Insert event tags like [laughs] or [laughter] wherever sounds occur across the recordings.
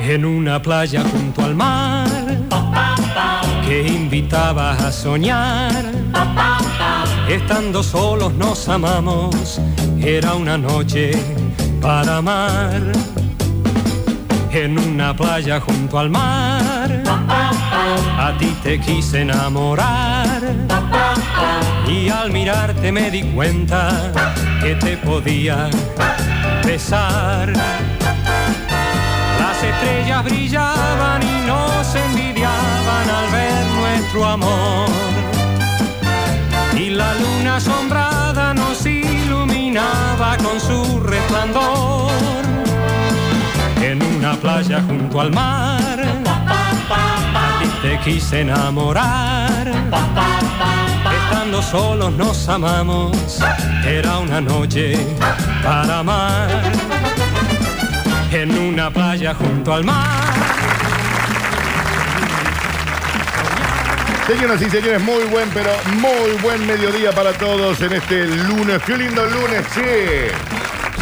en una playa junto al mar que invitaba a soñar. Estando solos nos amamos, era una noche para amar. En una playa junto al mar, a ti te quise enamorar. Y al mirarte me di cuenta que te podía besar. Las estrellas brillaban y nos envidiaban al ver nuestro amor. Y la luna asombrada nos iluminaba con su resplandor. En una playa junto al mar, a ti te quise enamorar. Estando solos nos amamos, era una noche para amar en una playa junto al mar. Señoras y señores, muy buen, pero muy buen mediodía para todos en este lunes. Qué lindo lunes, che.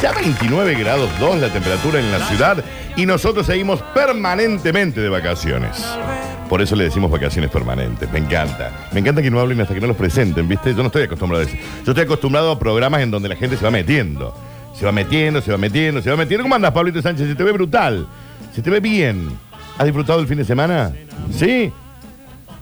Ya 29 grados 2 la temperatura en la ciudad y nosotros seguimos permanentemente de vacaciones. Por eso le decimos vacaciones permanentes. Me encanta. Me encanta que no hablen hasta que no los presenten, ¿viste? Yo no estoy acostumbrado a eso. Yo estoy acostumbrado a programas en donde la gente se va metiendo. Se va metiendo, se va metiendo, se va metiendo. ¿Cómo andas, Pablito Sánchez? Se te ve brutal. Se te ve bien. ¿Has disfrutado el fin de semana? ¿Sí?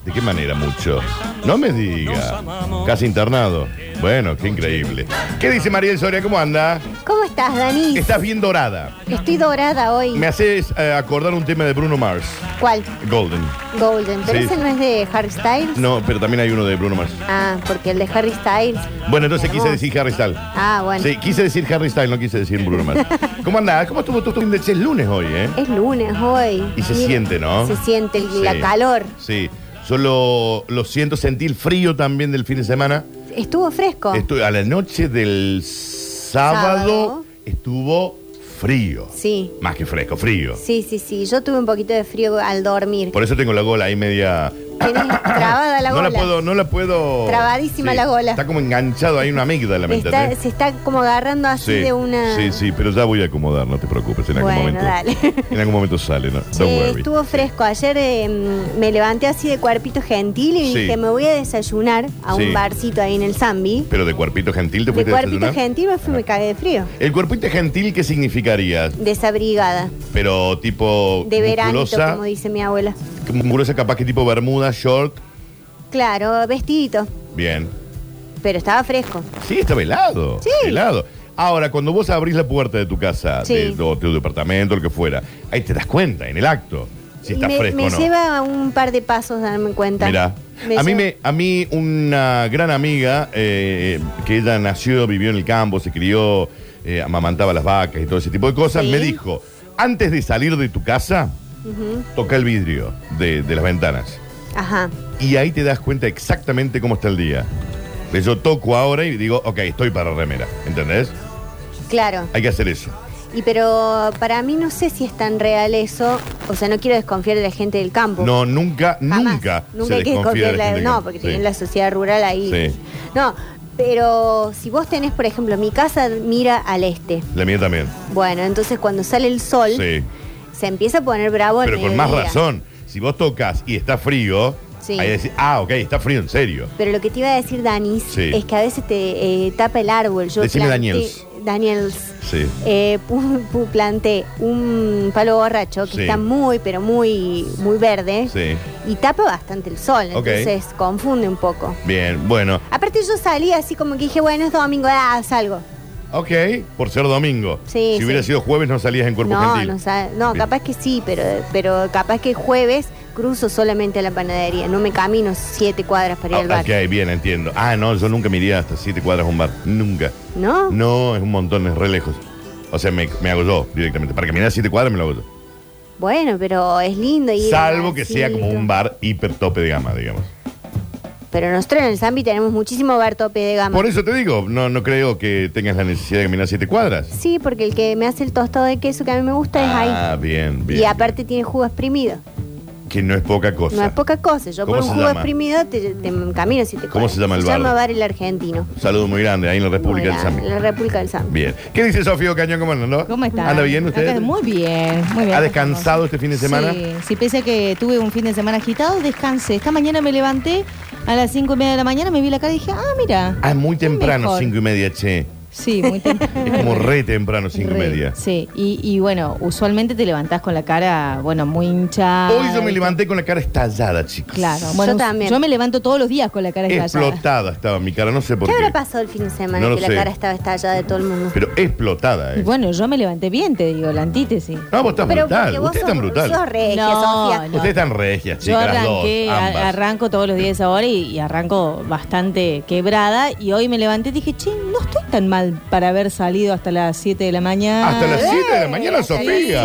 ¿De qué manera mucho? No me diga. Casi internado. Bueno, qué increíble. ¿Qué dice Mariel Soria? ¿Cómo anda? ¿Cómo estás, Dani? Estás bien dorada. Estoy dorada hoy. Me haces eh, acordar un tema de Bruno Mars, ¿Cuál? Golden. Golden. Pero Sí. ese no es de Harry Styles. No, pero también hay uno de Bruno Mars. Ah, porque el de Harry Styles. Bueno, entonces quise Hermoso. decir Harry Styles. Ah, bueno. Sí, quise decir Harry Styles, no quise decir Bruno [laughs] Mars. ¿Cómo andás? ¿Cómo estuvo tu fin de es lunes hoy, eh? Es lunes hoy. Y se Mira, siente, ¿no? Se siente el, la Sí. calor. Sí. Yo lo, lo siento, sentí el frío también del fin de semana. Estuvo fresco. Estu- a la noche del sábado Sábado. estuvo frío. Sí. Más que fresco, frío. Sí, sí, sí. Yo tuve un poquito de frío al dormir. Por eso tengo la gola ahí media. [coughs] Tenés trabada la no gola. la puedo, no la puedo. Trabadísima la gola. Está como enganchado ahí una amígdala, ¿me Está- entendés? se está como agarrando así de una. sí, sí, pero ya voy a acomodar, no te preocupes, en algún Bueno, momento. dale. En algún momento sale, ¿no? Don't Eh, worry. estuvo fresco. Ayer eh, mm, me levanté así de cuerpito gentil y Sí. dije, me voy a desayunar a un Sí. barcito ahí en el Zambi. Pero de cuerpito gentil te De fuiste a cuerpito desayunar. gentil me fui, me cagué de frío. ¿El cuerpito gentil qué significaría? Desabrigada. Pero tipo De verano, musculosa, como dice mi abuela. musculosa capaz que tipo bermuda, short, Claro, vestidito. bien. Pero estaba fresco. Sí, está velado. Sí. Velado. Ahora, cuando vos abrís la puerta de tu casa, Sí. de, o tu departamento, lo que fuera, ahí te das cuenta en el acto si está me fresco me o no. lleva a un par de pasos darme cuenta. Mirá. a, mí lleva- me, a mí una gran amiga, eh, que ella nació, vivió en el campo, se crió, eh, amamantaba las vacas y todo ese tipo de cosas, Sí. me dijo, antes de salir de tu casa, toca el vidrio de, de las ventanas. Ajá. Y ahí te das cuenta exactamente cómo está el día. Entonces, Yo toco ahora y digo, ok, estoy para remera, ¿entendés? Claro. Hay que hacer eso. Y pero para mí no sé si es tan real eso. O sea, no quiero desconfiar de la gente del campo. No, nunca, Jamás. nunca. se Nunca hay que desconfía de desconfiar. la la- gente no, que- porque sí. tienen la sociedad rural ahí. Sí. No, pero si vos tenés, por ejemplo, mi casa mira al este. La mía también. Bueno, entonces cuando sale el sol, Sí. se empieza a poner bravo. al Pero con más mediodía. razón. Si vos tocas y está frío, Sí. ahí decís, ah, ok, está frío, en serio. Pero lo que te iba a decir, Danis, Sí. es que a veces te eh, tapa el árbol. Yo Decime planté- Daniels. Daniels. Sí. Eh, pu- pu- planté un palo borracho que Sí. está muy, pero muy, muy verde. Sí. Y tapa bastante el sol, Ok. entonces confunde un poco. Bien, bueno. Aparte yo salí así como que dije, bueno, es domingo, ah, salgo. Ok, por ser domingo. Sí, si hubiera sí. sido jueves no salías en cuerpo No, gentil. no, sal- no Bien. capaz que sí, pero, pero capaz que jueves cruzo solamente a la panadería. No me camino siete cuadras para ir al Ah, bar. ok, bien, entiendo. Ah, no, yo nunca me iría hasta siete cuadras a un bar. Nunca. ¿No? No, es un montón, es re lejos. O sea, me, me hago yo directamente. Para caminar siete cuadras me lo hago yo. Bueno, pero es lindo ir. Salvo al que sea como barcito. un bar hiper tope de gama, digamos. Pero nosotros en el Zambi tenemos muchísimo bar tope de gama. Por eso te digo, no, no creo que tengas la necesidad de caminar siete cuadras. Sí, porque el que me hace el tostado de queso que a mí me gusta es ahí. Ah, bien, bien. y bien. aparte tiene jugo exprimido. Que no es poca cosa. No es poca cosa. Yo ¿Cómo por un se jugo llama? exprimido te, te camino si te ¿Cómo se llama el Se llama bar? Bar el Argentino. Un saludo muy grande ahí en la República del Muy grande, Sambil. La República del Sambil. Bien. ¿Qué dice Sofía Cañón? ¿Cómo anda? no? ¿Cómo están? ¿Anda bien usted? Acá- Muy bien, muy bien. ¿Ha descansado este fin de semana? Sí, sí, pese a que tuve un fin de semana agitado, descansé. Esta mañana me levanté a las cinco y media de la mañana, me vi la cara y dije, ah, mira. Ah, es muy temprano, mejor. cinco y media, che. Sí, muy temprano. Es como re temprano, [laughs] cinco y Re, media. Sí, y, y bueno, usualmente te levantás con la cara, bueno, muy hinchada. Hoy yo me levanté con la cara estallada, chicos. Claro, bueno, Yo también. Yo me levanto todos los días con la cara estallada. Explotada estaba mi cara, no sé por ¿Qué qué. habrá pasado el fin de semana No lo que sé. la cara estaba estallada de todo el mundo? Pero explotada, Y ¿eh? bueno, yo me levanté bien, te digo, la antítesis. No, vos estás brutal. Usted es tan brutal. sos regia, No, Sofía. no. Ustedes están regias, Yo chicas, las dos. arranqué, a- ambas. arranco todos los días ahora y, y arranco bastante quebrada. Y hoy me levanté y dije, che, no estoy tan mal para haber salido hasta las 7 de la mañana. Hasta las Eh, 7 de la mañana, hasta las Sofía. siete. No,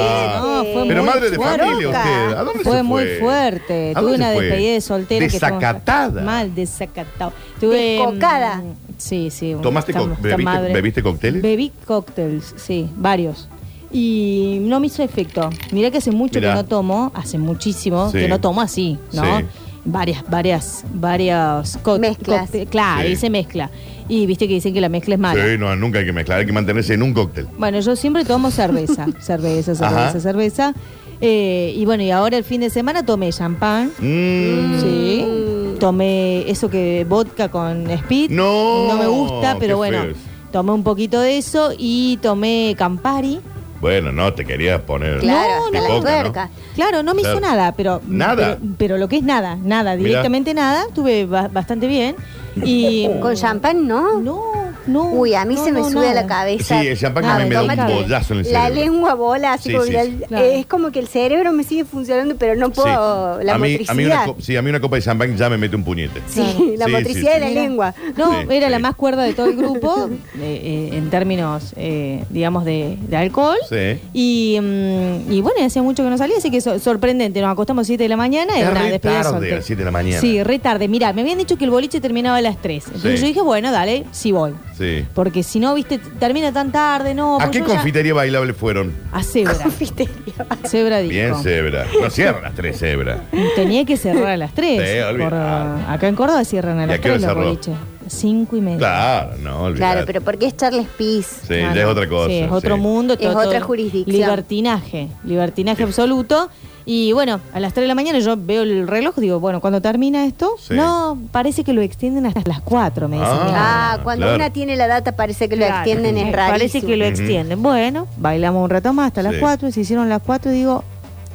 Ah, fue Pero muy madre de fuerte. familia Loca. usted. ¿A dónde se Fue fue? muy fuerte. ¿A Tuve dónde una se fue? despedida de soltera. que estamos- Desacatada. mal, desacatada. Tuve, Descocada. mm, sí, sí. un- ¿Tomaste co- esta- esta bebiste- madre. bebiste cócteles? Bebí cócteles, sí, varios. Y no me hizo efecto. Mirá que hace mucho Mirá. que no tomo, hace muchísimo Sí. que no tomo así, ¿no? Sí. Varias, varias, varias co- Mezclas. cócteles. Claro, Sí. hice mezcla. Y viste que dicen que la mezcla es mala. Sí, no, nunca hay que mezclar, hay que mantenerse en un cóctel. Bueno, yo siempre tomo [laughs] cerveza, cerveza, cerveza, Ajá. cerveza. Eh, y bueno, y ahora el fin de semana tomé champán. Mm. Sí. Tomé eso que vodka con speed. No, No me gusta, qué pero bueno. feo es. Tomé un poquito de eso y tomé Campari. Bueno, no, te querías poner. Claro, No, hasta no. las Boca, ¿no? tuercas. Claro, no me Claro. hizo nada, pero. Nada. Pero, pero lo que es nada, nada, Mirá. directamente nada. Estuve ba- bastante bien. Y. [laughs] ¿Con champán no? No, no. Uy, a mí no, se me no, sube a la nada. cabeza. Sí, el champán Nada, que me da un tomate. bollazo en el La cerebro. lengua bola, así Sí, como sí, que sí. el- Claro. es como que el cerebro me sigue funcionando, pero no Sí. puedo la a mí, motricidad. a mí una, co- sí, a mí una copa de champán ya me mete un puñete. Sí, la Sí, sí, motricidad sí. de la Mira. lengua. [laughs] No, Sí, era sí. la más cuerda de todo el [laughs] grupo, eh, eh, en términos, eh, digamos, de, de alcohol. Sí. Y, mm, y bueno, hacía mucho que no salía, así que so- sorprendente. Nos acostamos 7 de la mañana, Es era una re despedida tarde, soltera. a las siete de la mañana. Sí, re tarde. Mirá, me habían dicho que el boliche terminaba a las 3. Entonces Sí. yo dije, bueno, dale, sí voy. Sí. Porque si no, viste, termina tan tarde, no. ¿A qué porque yo ya- confitería bailable fueron? [laughs] A Zebra. Confitería. Zebra dijo. Bien, Zebra. No cierran las tres, Zebra. Tenía que cerrar a las 3. Sí, olvidá. acá en Córdoba cierran ¿Y a a las qué hora 3 los cerró? boliches. 5 y media. Claro, no, olvidate. Claro, pero porque es Charles Peace. Sí, Ah, Este, ya es no. otra cosa. Sí, es otro sí. mundo. Es otra jurisdicción. Libertinaje, libertinaje absoluto. Y bueno, a las 3 de la mañana yo veo el reloj, digo, bueno, cuando termina esto? Sí. No, parece que lo extienden hasta las 4, me dicen. Ah. mirá. Ah, cuando claro. una tiene la data parece que lo Claro. extienden, es raro. Parece que lo Ujú. extienden. Bueno, bailamos un rato más hasta las Sí. 4, se hicieron las 4 y digo,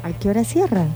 ¿a qué hora cierran?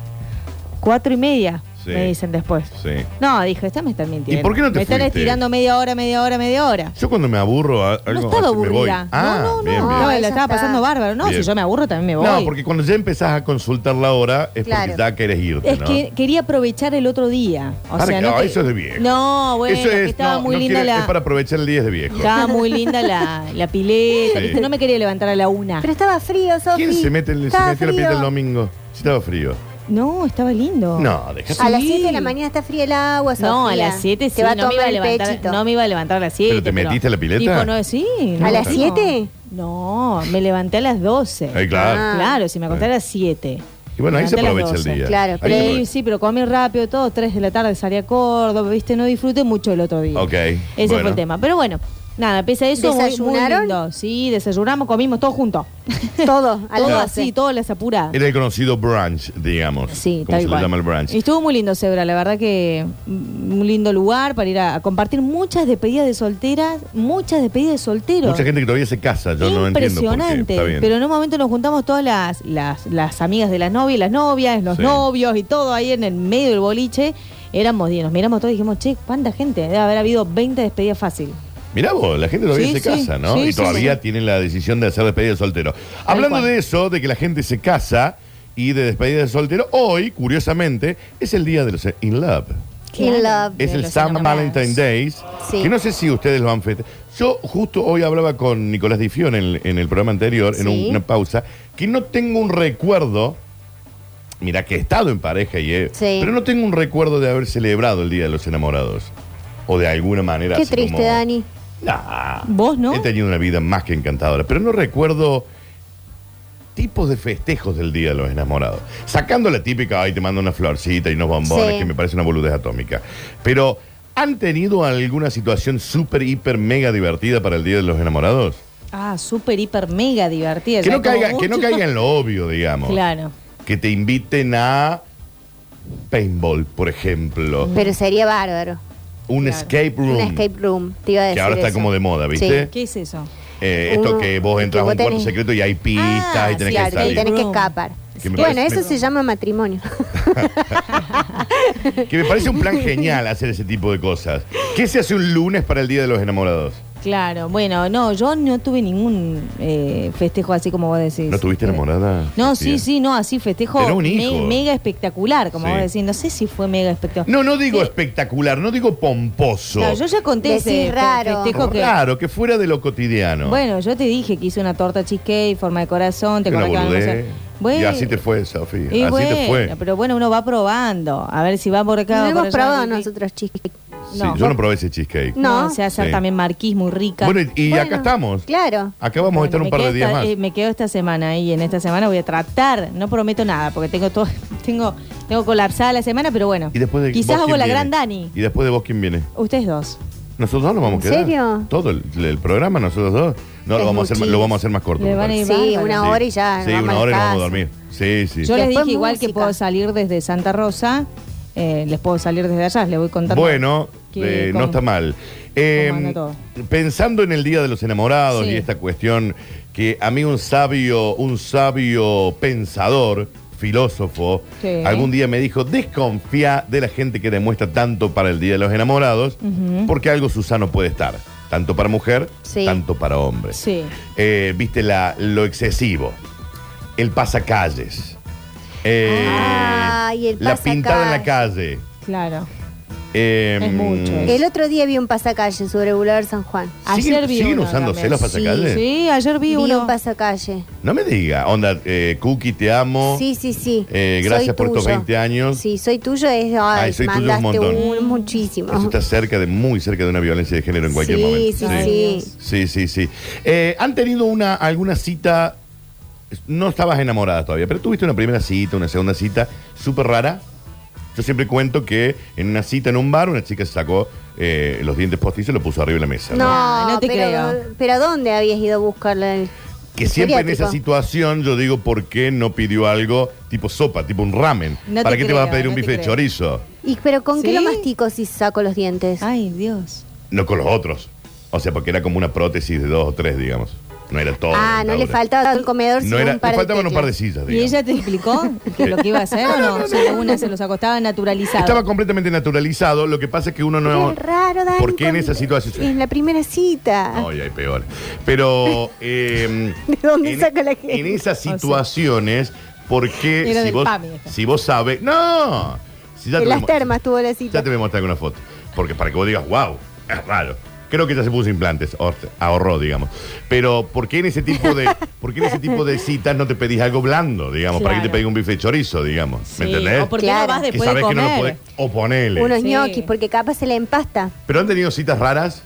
4 y media, Sí. me dicen después. Sí. No, dije, esta me están mintiendo. ¿Y por qué no te Me están fuiste? estirando media hora, media hora, media hora. Yo cuando me aburro, a- No algo estaba así, me voy. aburrida. Ah, no, no, bien, no. bien. Estaba- Ya la estaba está. pasando bárbaro. No, Bien. si yo me aburro también me voy. No, porque cuando ya empezás a consultar la hora es porque Claro. ya querés irte, Es ¿no? que quería aprovechar el otro día. O Ah, sea, no no, que- eso es de viejo. No, bueno, Eso que es, estaba no, muy no linda quiere- la. es para aprovechar el día de viejo. Estaba muy linda la, la pileta, Sí. ¿viste? No me quería levantar a la una. Pero estaba frío, Sofi. ¿Quién se mete en se Estaba metió la frío. pinta el domingo? Si estaba frío. No, estaba lindo. No, déjate. A las Sí. 7 de la mañana está fría el agua, Sofía. No, a las 7 sí, Te va a no, me tomar iba a el levantar, pechito. no me iba a levantar a las 7. te metiste a la pileta? Tipo, no, sí. no, ¿A las no. siete? No, me levanté a las 12. Ay, claro. Ah. Claro, si me acosté a las 7. Y bueno, ahí se aprovecha el día. Claro, Ahí pero se Pero, aprovecha. sí, pero comí rápido, todo, 3 de la tarde salí a Córdoba, viste, no disfruté mucho el otro día. Ok, Ese bueno. fue el tema. Pero bueno, nada, pese a eso, muy- ¿Desayunaron? Muy, lindo. Sí, desayunamos, comimos todos juntos. Todo, a las Todo 12. así, todas las apuradas. Era el conocido brunch, digamos. Sí, como tal se cual. le llama el brunch. Y estuvo muy lindo, Zebra, la verdad que mm, un lindo lugar para ir a, a compartir muchas despedidas de solteras, muchas despedidas de solteros. Mucha gente que todavía se casa, yo no entiendo. por qué, Impresionante, está bien. pero en un momento nos juntamos todas las, las, las amigas de las novias, las novias, los Sí. novios y todo ahí en el medio del boliche. Éramos 10, nos miramos todos y dijimos, che, ¿cuánta gente? Debe haber habido 20 despedidas fácil. Mirá vos, la gente todavía Sí, se sí. casa, ¿no? Sí, y sí, todavía sí. tiene la decisión de hacer despedida de soltero. Hablando cual. de eso, de que la gente se casa y de despedida de soltero, hoy, curiosamente, es el día de los In Love. In love. Es De el los San enamorados. Valentine Days. Sí. Que no sé si ustedes lo han festejado. Yo justo hoy hablaba con Nicolás Difión en, en el programa anterior, en Sí. un- una pausa, que no tengo un recuerdo. Mira que he estado en pareja y he- Sí. pero no tengo un recuerdo de haber celebrado el Día de los Enamorados. O de alguna manera. Qué así triste, como- Dani. Nah. ¿Vos no? Este- He tenido una vida más que encantadora, pero no recuerdo tipos de festejos del Día de los Enamorados. Sacando la típica, ay, te mando una florcita y unos bombones, Sí. que me parece una boludez atómica. Pero, ¿han tenido alguna situación súper, hiper, mega divertida para el Día de los Enamorados? Ah, súper, hiper, mega divertida. Que Ya no, como caiga, que no mucho. caiga en lo obvio, digamos. Claro. Que te inviten a paintball, por ejemplo. Pero sería bárbaro. un claro. escape room. Un escape room, te iba a Que decir. ahora está eso. como de moda, ¿viste? ¿Qué es eso? Eh, esto Uno- que vos que entras a un vos cuarto tenés- secreto y hay pistas Ah, y tenés Sí, que claro, que salir. tenés tenés que escapar. Que me Bueno, parece- eso se llama matrimonio. Que me parece un [laughs] plan genial hacer ese tipo de cosas. ¿Qué se hace un lunes para el Día de los Enamorados? Claro, bueno, no, yo no tuve ningún eh, festejo así como vos decís. ¿No tuviste Eh, enamorada? No, Sofía? sí, sí, no, así festejo Tenés un me- hijo. mega espectacular, como Sí. vos decís. No sé si fue mega espectacular. No, no digo Sí. espectacular, no digo pomposo. Claro, Eh, yo ya conté Decís ese fe- raro. festejo que. Claro, que fuera de lo cotidiano. Bueno, yo te dije que hice una torta cheesecake, forma de corazón, te Una acordás que boludez. hablamos- Y Bueno, así te fue, Sofía. y así bueno, te fue. Pero bueno, uno va probando. A ver si va por [laughs] No acá. o por hemos allá. probado nosotros, chicos. Sí, no. yo no probé ese cheesecake. No. No, se hace Sí. también marquís muy rica. Bueno, y, y acá estamos. Claro. Acá vamos a estar Bueno, un me par de quedo días esta- más. eh, me quedo esta semana y en esta semana voy a tratar, no prometo nada, porque tengo todo, [laughs] tengo, tengo colapsada la semana, pero bueno. Y después de vos, quizás hago ¿quién la viene? gran Dani. ¿Y después de vos quién viene? Ustedes dos. Nosotros dos nos vamos a ¿En quedar. serio? Todo el, el programa, nosotros dos. No, lo Es vamos, a hacer, más- muchísimo. lo vamos a hacer más corto. Le me van a parece. ir- Sí, bárbaro. una Sí. hora y ya. nos Sí, vamos una la hora y nos vamos a casa. dormir. Sí, sí. Yo les dije Después igual que música. puedo salir desde Santa Rosa, eh, les puedo salir desde allá, les voy contando. Bueno, que eh, cómo- no está mal. Eh, anda todo. pensando en el Día de los Enamorados Sí. y esta cuestión que a mí un sabio, un sabio pensador, filósofo, Sí. algún día me dijo, desconfía de la gente que demuestra tanto para el Día de los Enamorados, porque algo susano puede estar, tanto para mujer, Sí. tanto para hombre. Sí. Eh, viste la, lo excesivo, el pasacalles, eh, Ay, el la pintada en la calle. Claro. eh, Es mucho eso. El otro día vi un pasacalle sobre Boulevard San Juan. ¿Siguen, Ayer vi siguen uno usándose también. los pasacalles? Sí, sí, ayer vi, Vi uno. un pasacalle. No me diga. Onda, eh, Cookie, te amo. Sí, sí, sí. Eh, Soy gracias por estos tuyo. 20 años. Sí, soy tuyo es. Ay, Ay, soy tuyo un mandaste montón. un- muchísimo. Eso está cerca de, muy cerca de una violencia de género en cualquier Sí, momento. sí, Ay, sí. Dios. Sí, sí, sí. Eh, ¿Han tenido una, alguna cita? No estabas enamorada todavía, pero tuviste una primera cita, una segunda cita súper rara. Yo siempre cuento que en una cita en un bar, una chica se sacó eh, los dientes postizos y lo puso arriba de la mesa. ¿no? No, No te pero, creo. pero ¿a dónde habías ido a buscarla? El- Que siempre en esa Geriátrico. situación yo digo, ¿por qué no pidió algo tipo sopa, tipo un ramen? No ¿Para te qué te creo, vas a pedir un no te bife de creo. chorizo? ¿Y pero con qué ¿Sí? lo mastico si saco los dientes? Ay, Dios. No con los otros. O sea, porque era como una prótesis de dos o tres, digamos. No era todo. ah, no le dentadura. faltaba el comedor, Oh, No sino era, un par le de faltaban un par de teclas. sillas, ¿Y digamos. ella te explicó que lo que iba a hacer o no? Si una se los acostaba naturalizado. Estaba completamente naturalizado. Lo que pasa es que uno no. Qué raro, Dani. ¿Por qué en con- esa situación? En la primera cita. No, y hay peor. [laughs] Pero. eh, ¿De dónde en, saca la gente? En esas situaciones, ¿por qué. Era si del vos, PAMI esta. si vos sabes. ¡No! Si ya en te las lo- termas tuvo la Ya cita. te voy a mostrar con una foto. Porque para que vos digas, wow, es raro. Creo que ya se puso implantes, or- ahorró, digamos. Pero, ¿por qué en ese tipo [laughs] de, ¿por qué en ese tipo de citas no te pedís algo blando, digamos? ¿Para qué te Claro. pedís un bife de chorizo, digamos? Sí, ¿Me entendés? O porque Claro. no vas que después de sabés que comer. no lo podés. O ponele. Unos Sí. ñoquis, porque capaz se le empasta. Pero han tenido citas raras.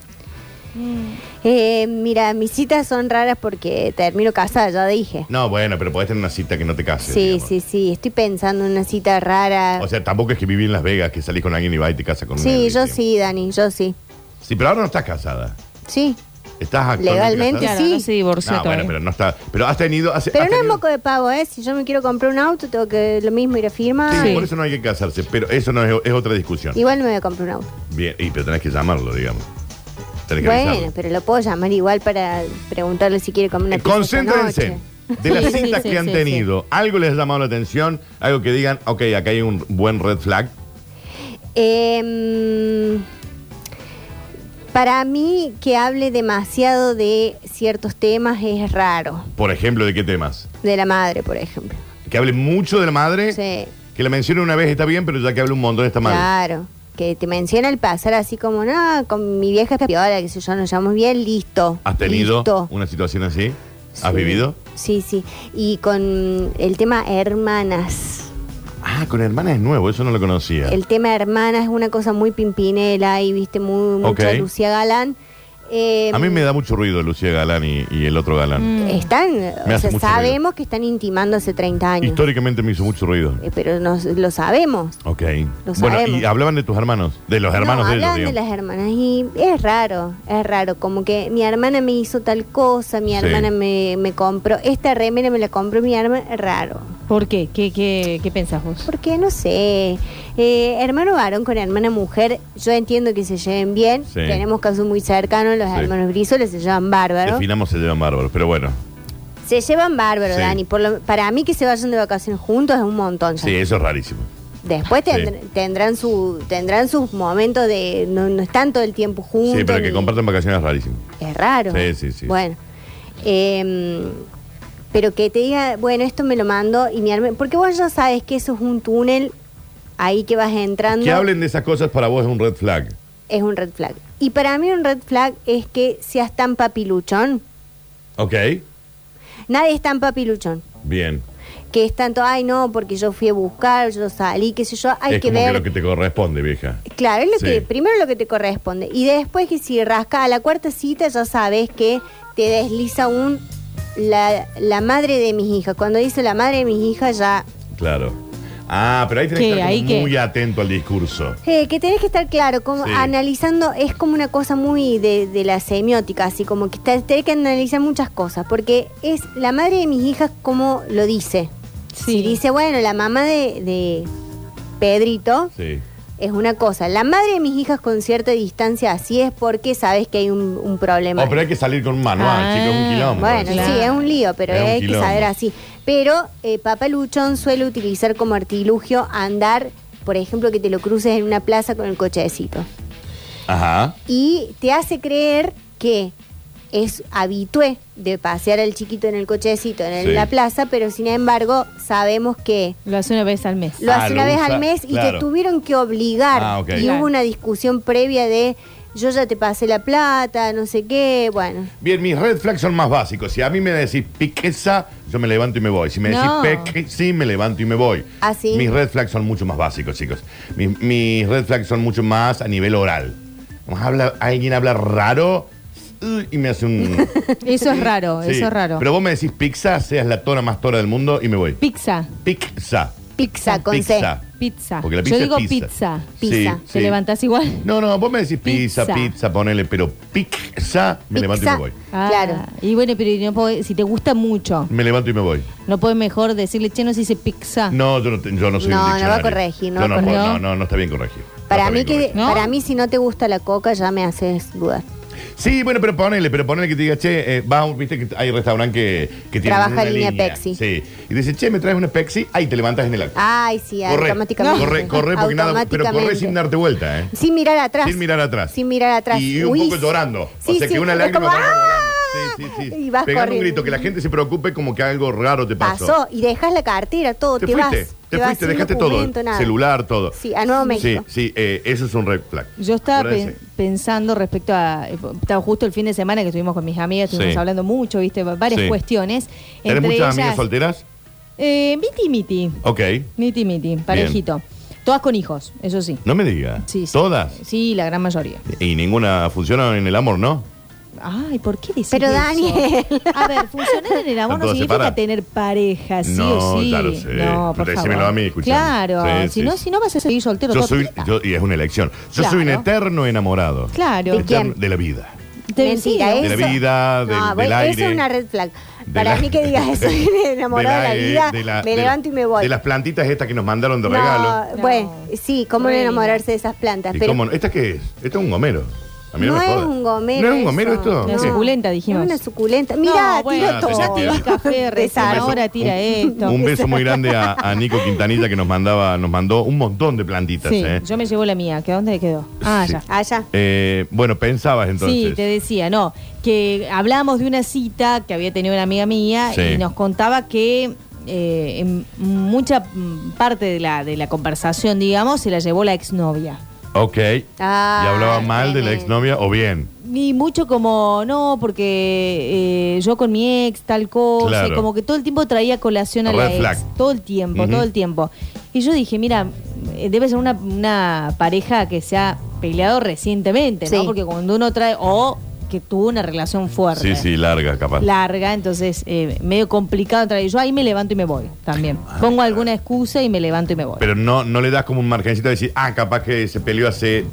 Eh, mira, mis citas son raras porque termino casada, ya dije. No, bueno, pero podés tener una cita que no te case. Sí, digamos. sí, sí. Estoy pensando en una cita rara. O sea, tampoco es que viví en Las Vegas, que salís con alguien y vas y te casas con un sí, alguien, yo digamos. sí, Dani, yo sí. Sí, pero ahora no estás casada. Sí. Estás actualmente Legalmente casada. Claro, ¿eh? Sí. no se divorció No, bueno, todavía. pero no está. Pero has tenido. has- Pero has no es tenido- moco de pavo, ¿eh? Si yo me quiero comprar un auto, tengo que lo mismo ir a firmar. Sí, Sí. por eso no hay que casarse, pero eso no es, es otra discusión. Igual me voy a comprar un auto. Bien, y pero tenés que llamarlo, digamos. Tenés que Bueno, avisarlo. pero lo puedo llamar igual para preguntarle si quiere comer una Eh, pizza esta Concéntrense. noche. De las Sí, sí, citas sí, que han sí, tenido, algo les ha llamado la atención, algo que digan, ok, acá hay un buen red flag. Em, para mí, que hable demasiado de ciertos temas es raro. Por ejemplo, ¿de qué temas? De la madre, por ejemplo. Que hable mucho de la madre, Sí, que la mencione una vez está bien, pero ya que hable un montón está mal. claro. Que te menciona el pasar así como, no, con mi vieja es piola, que sé yo, nos llevamos bien, listo. ¿Has tenido Listo. una situación así? ¿Has Sí. vivido? Sí, sí. Y con el tema hermanas. Ah, con hermana es nuevo, eso no lo conocía. El tema hermanas es una cosa muy pimpinela y viste muy mucha Ok. Lucía Galán. eh, A mí me da mucho ruido Lucía Galán y, y el otro Mm, Galán. Están, o hace sea, mucho sabemos que están intimando hace 30 años. Históricamente me hizo mucho ruido. Eh, pero nos, lo sabemos. Ok. bueno, Lo sabemos. y hablaban de tus hermanos, de los hermanos No, de ellos, hablan de digamos. las hermanas y es raro, es raro. Como que mi hermana me hizo tal cosa, mi Sí. hermana me, me compró, esta remera me la compró mi hermana, raro. ¿Por qué? ¿Qué, qué, qué pensás vos? Porque no sé, eh, hermano varón con hermana mujer, yo entiendo que se lleven bien, Sí. tenemos casos muy cercanos, los Sí. hermanos Brizoles se llevan bárbaro. Definamos se llevan bárbaros, pero bueno. Se llevan bárbaro, Sí. Dani. Por lo- para mí que se vayan de vacaciones juntos es un montón. ya. Sí, eso es rarísimo. Después tendr- tendrán su tendrán sus momentos de no, no están todo el tiempo juntos. Sí, pero que ni- compartan vacaciones es rarísimo. Es raro. Sí, sí, sí. Bueno. eh, pero que te diga, bueno, esto me lo mando y mi arma. Porque vos ya sabes que eso es un túnel ahí que vas entrando. Que hablen de esas cosas para vos es un red flag. Es un red flag. Y para mí un red flag es que seas tan papiluchón. Ok. Nadie es tan papiluchón. Bien. Que es tanto, ay no, porque yo fui a buscar, yo salí, qué sé yo, hay es que como ver. que lo que te corresponde, vieja. Claro, es lo Sí. que, primero lo que te corresponde. Y después que si rasca a la cuarta cita ya sabes que te desliza un la, la madre de mis hijas. Cuando dice la madre de mis hijas ya... Claro. Ah, pero ahí tenés ¿Qué? que estar como Ahí que- muy atento al discurso. eh, que tenés que estar claro, como Sí. analizando, es como una cosa muy de, de la semiótica, así como que te- tenés que analizar muchas cosas, porque es la madre de mis hijas como lo dice. Si dice, bueno, la mamá de, de Pedrito, Sí. Es una cosa. La madre de mis hijas con cierta distancia así es porque sabes que hay un, un problema. Oh, pero hay que salir con un manual, Ah, chicos, un quilombre. bueno, Claro. sí, es un lío, pero Es un hay que quilombo. saber así. Pero eh, Papá Luchón suele utilizar como artilugio andar, por ejemplo, que te lo cruces en una plaza con el cochecito. Ajá. Y te hace creer que es habitué de pasear al chiquito en el cochecito en el- Sí. la plaza, pero sin embargo sabemos que Lo hace una vez [laughs] al mes. lo Ah, hace lo una vez usa, al mes y claro. te tuvieron que obligar. Ah, ok. Y Claro. hubo una discusión previa de yo ya te pasé la plata, no sé qué, bueno. Bien, mis red flags son más básicos. Si a mí me decís piqueza, yo me levanto y me voy. Si me decís No. peque, sí, me levanto y me voy. Ah, ¿sí? Mis red flags son mucho más básicos, chicos. Mis, mis red flags son mucho más a nivel oral. Vamos, Habla, alguien habla raro uh, y me hace [laughs] un... Eso es raro, Sí. eso es raro. Pero vos me decís pizza, seas la tona más tora del mundo y me voy. Pizza. Pizza. Pizza con Ah, Pizza. C. Pizza. Porque la Yo pizza digo es pizza. Pizza. Sí, ¿Te sí. [laughs] levantás igual? No, no, vos me decís pizza, Pizza. pizza, ponele, pero pizza, me levanto y Pizza. me voy. Ah, Claro. Y bueno, pero no podés- si te gusta mucho, Me levanto y me voy. no puedes mejor decirle, che, no se dice pizza. No, yo no, te- yo no soy Ah. un No, no va a diccionario. corregir, no Yo va a puedo- corregir. no, no, no está bien corregir. No Para está mí bien que corregir. ¿No? para mí si no te gusta la coca ya me haces dudar. Sí, bueno, pero ponele, pero ponele que te diga, che, eh, va, a un- viste que hay restaurante que, que tiene Trabaja una en línea línea Pepsi. Sí. Y dice, che, me traes una Pepsi, ahí te levantas en el acto. Ay, sí, automáticamente. corre, corre, porque nada, pero corre sin darte vuelta, ¿eh? Sin mirar atrás. Sin mirar atrás. Sin mirar atrás. Y un Uy, poco llorando. sí, o sea sí, que una es lágrima como, va ¡ah! volando. Sí, sí, sí. Y vas Pegar un corriendo. grito, que la gente se preocupe como que algo raro te pasó. Pasó y dejas la cartera, todo, Te, te, vas. fuiste, te, vas fuiste, sin dejaste documento, todo. nada. Celular, todo. Sí, a Nuevo México. Sí, sí, eh, eso es un red flag. Yo estaba Acuérdense. pen- pensando respecto a. Estaba justo el fin de semana que estuvimos con mis amigas, estuvimos Sí. hablando mucho, viste, varias Sí. cuestiones. ¿Tenés Entre muchas amigas ellas- solteras? Eh, miti miti. Ok. Miti miti, parejito. Todas con hijos, eso sí. No me digas. Sí, sí. ¿Todas? Sí, la gran mayoría. Y ninguna funciona en el amor, ¿no? Ay, ¿por qué decís Pero, eso? Daniel. A ver, funcionar en el amor Están no todas significa separadas. tener pareja, sí No, o sí. ya lo sé. No, por Decímelo favor. a mí, escuchame. Claro, Sí, si sí, no, sí. si no vas a seguir soltero Yo toda tu soy, vida. yo- y es una elección. Yo soy un Claro. eterno enamorado. Claro. ¿De quién? Eterno- De la vida. Te- ¿eh? Mentira, sí, De eso. la vida, Ah, del- del bueno, aire. Eso es una red flag. Del Para aire. mí que [laughs] digas eso, enamorado de la aire, vida, de la- me de- levanto y me voy. De las plantitas estas que nos mandaron de No, regalo. Bueno, sí, cómo no Re enamorarse de esas plantas. ¿Y Pero cómo no? ¿Esta qué es? Esto es un gomero. A mí no, no, me es jodas. un gomero. ¿No es un eso. gomero esto? Una No. suculenta, dijimos. Es una suculenta. Mira, no, bueno, tiro todo. ya tiré [laughs] café, recién Desastre. ahora tira esto. Un beso muy grande a, a Nico Quintanilla que nos mandaba, nos mandó un montón de plantitas. Sí, ¿eh? yo me llevo la mía. ¿Que dónde quedó? Ah, Sí. [laughs] ya. Allá. Eh, bueno, pensabas entonces. Sí, te decía, no, que hablamos de una cita que había tenido una amiga mía Sí. y nos contaba que eh, en mucha mm, parte de la, de la conversación, digamos, se la llevó la exnovia. Ok. Ah, y hablaba mal de la tremendo. exnovia o bien. Y mucho como, no, porque eh, yo con mi ex tal cosa, Claro. y como que todo el tiempo traía colación a Red la ex. flag. Todo el tiempo, Ujú. todo el tiempo. Y yo dije, mira, eh, debe ser una, una pareja que se ha peleado recientemente, Sí. ¿no? Porque cuando uno trae, o que tuvo una relación Sí, fuerte. sí, larga, capaz. Larga, entonces eh, medio complicado entrar. Y yo ahí me levanto y me voy también. Pongo alguna excusa y me levanto y me voy. Pero no, no le das como un margencito de decir, ah, capaz que se peleó hace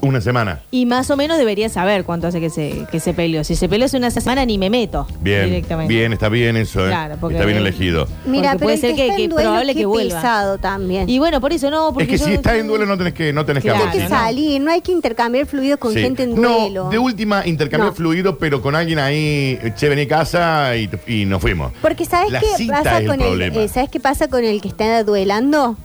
una semana. Y más o menos debería saber cuánto hace que se, que se peleó. Si se peleó hace una semana ni me meto Bien, directamente. bien, está bien eso, ¿eh? Claro, porque- está bien elegido. Mira, pero Porque puede el ser que- está que en duelo, probable qué que vuelva. pesado también. Y bueno, por eso no, porque Es que yo- si estás en duelo no tenés que, no tenés que Claro, Hay hablar. que salir, no hay que intercambiar fluido con Sí. gente en duelo. No, de última, intercambiar No. fluido, pero con alguien ahí, che, vení a casa y, y nos fuimos. Porque ¿sabes La qué cita pasa es el con el, problema. eh, ¿sabes qué pasa con el que está duelando?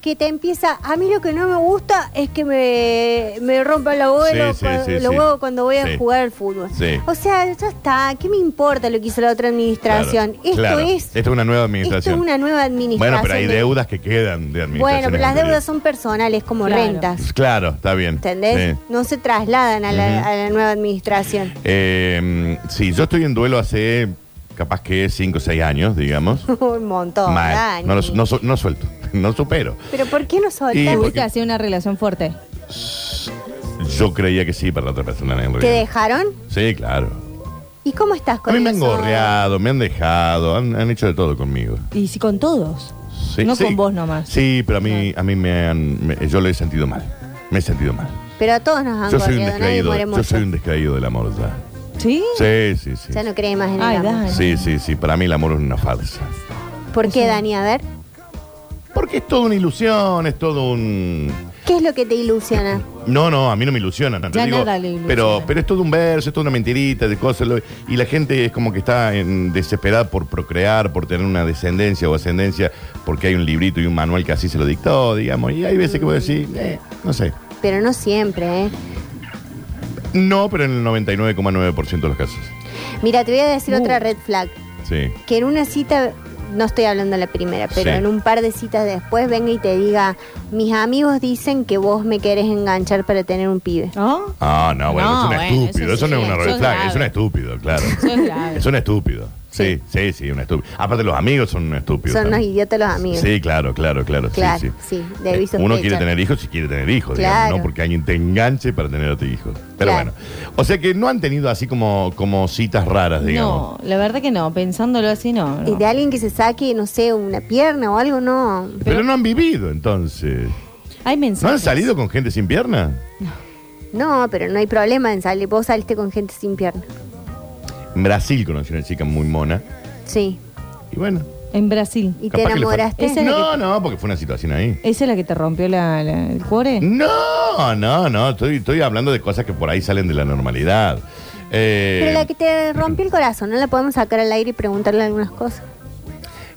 Que te empieza, a mí lo que no me gusta es que me, me rompan los huevos, Sí, sí, cua- sí, los sí. huevos cuando voy a Sí. jugar al fútbol. Sí. O sea, ya está, ¿qué me importa lo que hizo la otra Claro, administración? esto, claro. es, Esto es una nueva esto administración. es una nueva administración. Bueno, pero hay de- deudas que quedan de administración. Bueno, pero las deudas son personales, como Claro. rentas. Claro, está bien. ¿Entendés? Sí. No se trasladan a la, Ujú. a la nueva administración. [laughs] Eh, sí, yo estoy en duelo hace capaz que 5 o 6 años, digamos. Un montón. Mal. Dani. No, lo su- no su- no suelto, [laughs] no supero. Pero ¿por qué no Y soltás? porque- Tuviste así una relación fuerte. Yo creía que sí para la otra persona. en realidad. ¿Te dejaron? Sí, claro. ¿Y cómo estás con A mí me han eso? gorreado, me han dejado, han, han hecho de todo conmigo. Y si con todos. Sí, no sí. con vos nomás. Sí, pero a mí, a mí me han. me- yo lo he sentido mal. Me he sentido mal. Pero a todos nos han Yo soy un gorreado, nadie descreído. muere Yo mucho. soy un descreído del amor ya. ¿Sí? Sí, sí, sí. Ya no cree más en el Ay, amor. Dani. Sí, sí, sí. Para mí el amor es una falsa. ¿Por qué, Dani? A ver, Porque es toda una ilusión, es todo un. ¿qué es lo que te ilusiona? No, no, a mí no me ilusiona. no, Ya yo digo, nada le ilusiona. Pero, pero es todo un verso, es toda una mentirita de cosas. lo- y la gente es como que está en- desesperada por procrear, por tener una descendencia o ascendencia, porque hay un librito y un manual que así se lo dictó, digamos. Y hay veces que vos decís, eh, no sé. Pero no siempre, ¿eh? No, pero en el 99,9% de los casos. Mira, te voy a decir otra Uh. red flag. Sí. Que en una cita, no estoy hablando de la primera, pero Sí. en un par de citas después venga y te diga, mis amigos dicen que vos me querés enganchar para tener un pibe. ¿No? Ah, no, bueno, No, es un bueno, eso estúpido. Eso, sí, no es una eso red es flag, grave. es un estúpido, [laughs] claro. Eso es grave. es un estúpido. Sí, sí, sí, un estúpido. Aparte, los amigos son un estúpido. Son unos idiotas los amigos. Sí, claro, claro, claro. sí, Claro, sí. sí, debí Eh, Uno sospechar. quiere tener hijos si quiere tener hijos, digamos, Claro. ¿no? Porque alguien te enganche para tener a tu hijo. Pero Claro. bueno. O sea que no han tenido así como, como citas raras, digamos. No, la verdad que no. Pensándolo así, no. no. Y de alguien que se saque, no sé, una pierna o algo, no. Pero, no han vivido, entonces. Hay ¿No mensajes. han salido con gente sin pierna? No, pero no hay problema en salir. Vos saliste con gente sin pierna. En Brasil conocí una chica muy mona. Sí. Y bueno. En Brasil. capaz ¿Y te que le fal- enamoraste? Esa es la No, eh, no, porque fue una situación ahí. ¿Esa es la que te rompió la, la- el cuore? No, no, no. Estoy, estoy hablando de cosas que por ahí salen de la normalidad. Eh, Pero la que te rompió el corazón, ¿no la podemos sacar al aire y preguntarle algunas cosas?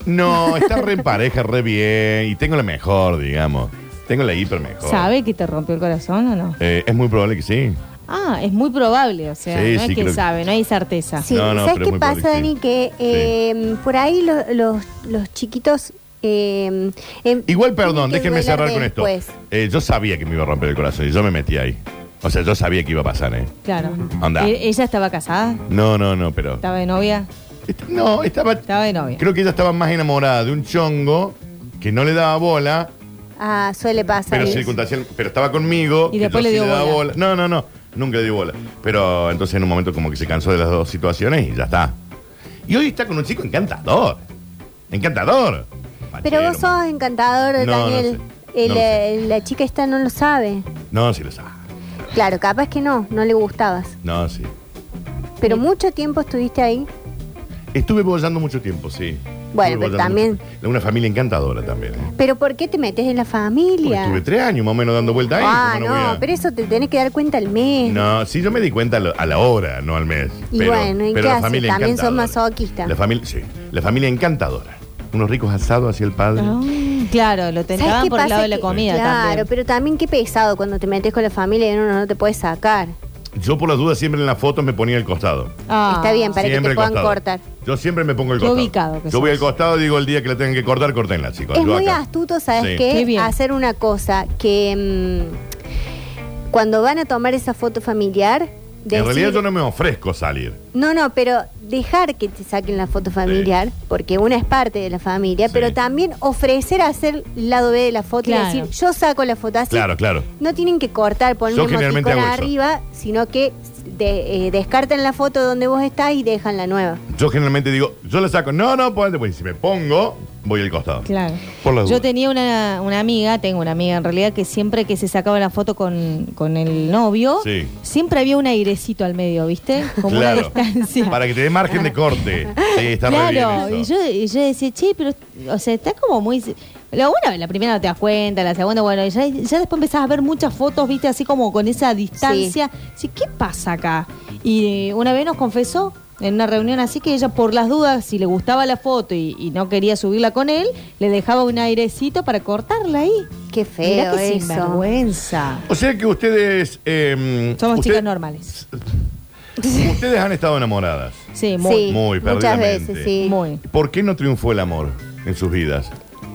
No, está re en pareja, re bien. Y tengo la mejor, digamos. Tengo la hiper mejor. ¿Sabe que te rompió el corazón o no? Eh, es muy probable que sí. Ah, es muy probable, o sea, Sí, no sí, es que creo que- sabe, no hay certeza. Sí, No, no, ¿sabes pero qué muy pasa, probable, sí. Dani? Que eh, por ahí lo- los, los chiquitos... eh, em- Igual, perdón, tienen que déjenme cerrar duelar con esto. después. Eh, yo sabía que me iba a romper el corazón y yo me metí ahí. O sea, yo sabía que iba a pasar, ¿eh? Claro. Anda. ¿E- ¿Ella estaba casada? No, no, no, pero. ¿Estaba de novia? Est- No, estaba. Estaba de novia. Creo que ella estaba más enamorada de un chongo que no le daba bola, Ah, suele pasar. pero eso. circunstancial, pero estaba conmigo. Y que después yo le sí dio daba bola. No, no, no, nunca le dio bola. Pero entonces en un momento como que se cansó de las dos situaciones y ya está. Y hoy está con un chico encantador. Encantador. Pero vos Fachero, sos encantador, No, no Daniel. sé. Eh, No lo la, sé. la chica esta no lo sabe. No, sí lo sabe. Claro, capaz que no, no le gustabas. No, sí. Pero mucho tiempo estuviste ahí. Estuve bollando mucho tiempo, sí. Estuve Bueno, pero bollando también- mucho tiempo. Una familia encantadora también. ¿eh? ¿Pero por qué te metes en la Porque familia? estuve tres años más o menos dando vuelta ahí. ah, ¿cómo no, voy a- pero eso te tenés que dar cuenta al mes. No, sí, yo me di cuenta a la- a la hora, no al mes. Y pero, bueno, ¿y pero qué la haces? familia También sos encantadora. masoquista. La familia, sí. La familia encantadora. Unos ricos asados hacia el padre. Ah, claro, lo ¿Sabes tentaban qué por el pasa? lado de la Que- comida Claro, también. pero también qué pesado cuando te metes con la familia y uno no te puede sacar. Yo por las dudas siempre en las fotos me ponía el costado. Ah, Está bien, para que siempre te el puedan costado. cortar. Yo siempre me pongo el Qué costado. ubicado que Yo voy al sos. costado y digo el día que la tengan que cortar, cortenla, chicos. Es Yo muy acá. astuto, ¿sabes Sí. qué? Qué bien. Hacer una cosa que mm, cuando van a tomar esa foto familiar, decir- En realidad yo no me ofrezco salir. no, no, pero dejar que te saquen la foto familiar, porque una es parte de la familia, Sí. pero también ofrecer hacer el lado B de la foto Claro. y decir, yo saco la foto así. Claro, claro. No tienen que cortar, poner Yo un generalmente emoticón hago eso. arriba, sino que de- eh, descartan la foto donde vos estás y dejan la nueva. Yo generalmente digo, yo la saco. No, no, ponete. Pues si me pongo, voy al costado. Claro. Por las Yo dudas. tenía una, una amiga, tengo una amiga en realidad, que siempre que se sacaba la foto con, con el novio, Sí. siempre había un airecito al medio, ¿viste? Como Claro. una [laughs] distancia. Para que te dé margen de corte. Sí, está re claro, bien y eso. yo, y yo decía, che, pero, o sea, está como muy... La una, la primera no te das cuenta, la segunda, bueno, y ya, ya después empezás a ver muchas fotos, viste, así como con esa distancia. Sí. ¿Qué pasa acá? Y eh, una vez nos confesó en una reunión así que ella, por las dudas, si le gustaba la foto y, y no quería subirla con él, le dejaba un airecito para cortarla ahí. Qué Mirá feo que eso. sinvergüenza. O sea que ustedes. eh, Somos usted- chicas normales. Ustedes han estado enamoradas. Sí, muy. Sí, Muy muchas perdidamente. veces, sí. Muy. ¿Por qué no triunfó el amor en sus vidas?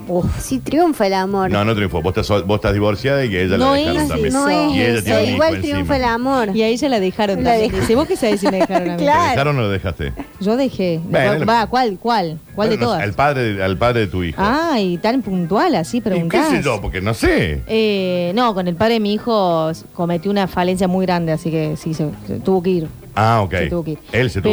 Uf. Sí, triunfa el amor. No, no triunfó. Vos estás, sol- vos estás divorciada y que ella No la dejaron es también. No eso. y es ella eso. tiene un hijo Igual triunfa el encima. amor. Y a ella la dejaron La también. dej- Dice, vos qué sabés si me [laughs] dejaron a mí. ¿Te Claro. dejaron o lo dejaste? Yo dejé. Bueno, ¿Cuál- lo- va, ¿Cuál? ¿Cuál? ¿Cuál Bueno, de no sé, todas? al, padre, de- al padre de tu hijo. Ay, tan puntual así ¿Y qué preguntás. sé yo? Porque no sé. Eh, no, con el padre de mi hijo s- cometió una falencia muy grande, así que sí, se, se tuvo que ir. Ah, ok. Se tuvo que ir. Él se tuvo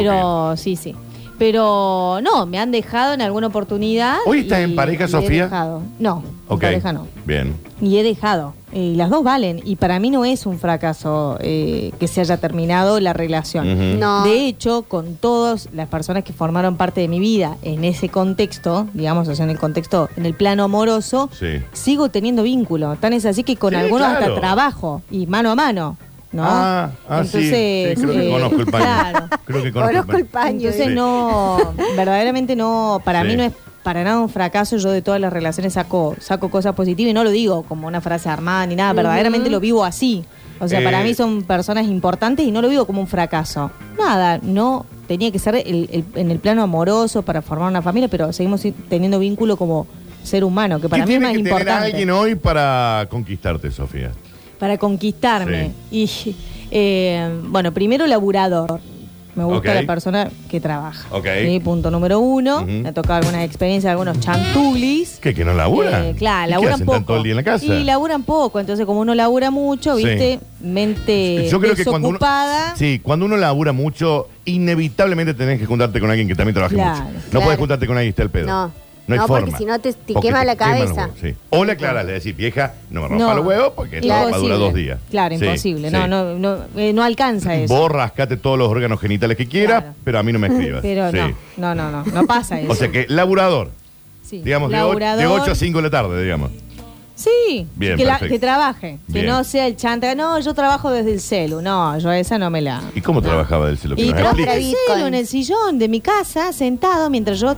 que Pero, ir. sí, sí. Pero no, me han dejado en alguna oportunidad. ¿Hoy estás en pareja, y he Sofía? dejado. No, en Ok. pareja no. Bien. Y he dejado. Y las dos valen. Y para mí no es un fracaso eh, que se haya terminado la relación. Ujú. No. De hecho, con todas las personas que formaron parte de mi vida en ese contexto, digamos, o sea, en el contexto, en el plano amoroso, Sí. sigo teniendo vínculo. Tan es así que con Sí, algunos claro. hasta trabajo y mano a mano, ¿no? Ah, ah, sí, sí, creo que eh, conozco el paño. Claro. Creo que conozco, Conozco el paño. Entonces Sí. no, verdaderamente no, para Sí. mí no es para nada un fracaso, yo de todas las relaciones saco, saco cosas positivas y no lo digo como una frase armada ni nada, verdaderamente lo vivo así. O sea, Eh. para mí son personas importantes y no lo vivo como un fracaso. Nada, no tenía que ser el- el- en el plano amoroso para formar una familia, pero seguimos si- teniendo vínculo como ser humano, que para ¿Qué mí es tiene más que tener importante alguien hoy para conquistarte, Sofía? para conquistarme. Y eh, bueno, primero laburador. Me gusta Ok. la persona que trabaja. Ok. Sí, punto número uno. Ujú. Me ha tocado algunas experiencias, algunos chantulis. ¿Qué, que no laburan? Eh, ¿Y claro, qué laburan hacen poco. tan todo el día en la casa? Y laburan poco, entonces como uno labura mucho, Sí. viste, mente Yo creo que cuando uno, eh, desocupada. sí, cuando uno labura mucho, inevitablemente tenés que juntarte con alguien que también trabaje Claro, mucho. No claro. puedes juntarte con alguien que está el pedo. No. No hay No, porque forma. si no te- te Porque quema la queman los cabeza. huevos, sí. O la aclaras, le decís, vieja, no me rompa los huevos porque esta Imposible. ropa dura dos días. Claro, Sí, imposible. No, sí. no, no, eh, no alcanza eso. Vos rascate todos los órganos genitales que quieras, Claro. pero a mí no [laughs] me escribas. Pero Sí. no, no, no, no, no pasa eso. O sea que laburador, Sí. digamos, de ocho- de Laburador. 8 a 5 de la tarde, digamos. Sí, Bien, que, la- perfecto. que trabaje, Bien. que no sea el chanta, no, yo trabajo desde el celu, no, yo a esa no me la... ¿Y cómo trabajaba él? Si lo que Y nos trabaja explique. desde el celu en el sillón de mi casa, sentado, mientras yo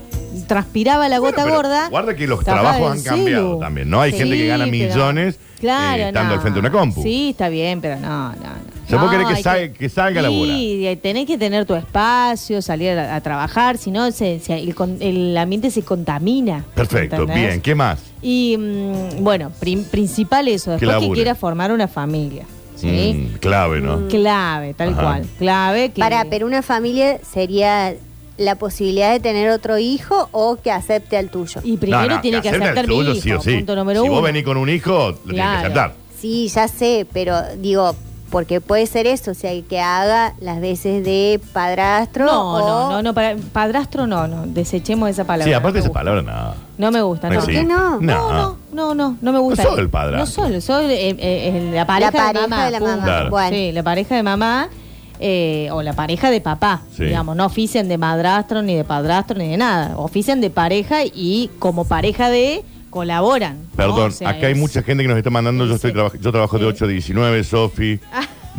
transpiraba la Bueno, gota pero gorda. Guarda que los trabajaba trabajos han del cambiado celu. también, ¿no? Hay Sí, gente que gana pero- millones Claro, eh, estando no. al frente de una compu. Sí, está bien, pero no, no, no. O sea, vos No, querés que hay salga- que salga a laburar. Sí, y tenés que tener tu espacio, salir a, a trabajar, si no, se- se- el, con- el ambiente se contamina. Perfecto, ¿entendés? bien. ¿Qué más? Y mm, bueno, prim- principal eso, después que labure. quiera formar una familia. ¿sí? Mm, clave, ¿no? Clave, tal Ajá. cual. Clave que. Para, pero una familia sería la posibilidad de tener otro hijo o que acepte al tuyo. Y primero No, no, tiene que acepta el aceptar mi suyo, hijo, sí o sí. punto número si uno. vos venís con un hijo, lo tienes que Claro. aceptar. Sí, ya sé, pero digo, porque puede ser eso, o sea, que haga las veces de padrastro. no, o- no, no, no, para, padrastro no, no, desechemos esa palabra. sí, aparte no me esa gusta. palabra, nada. No me gusta, No no. ¿Por existe. qué no? No, no, no, no, no me gusta. No Ah. sos el padrastro. No solo, soy eh, eh, la pareja, La pareja de mamá. de la punto. mamá, Claro. bueno. Sí, la pareja de mamá eh, o la pareja de papá. Sí. Digamos, no oficien de madrastro, ni de padrastro, ni de nada. Oficien de pareja y como pareja de colaboran. ¿no? Perdón, O sea, acá hay es- mucha gente que nos está mandando. Yo, estoy Sí. traba- yo trabajo de 8 a 19, [laughs] Sofi.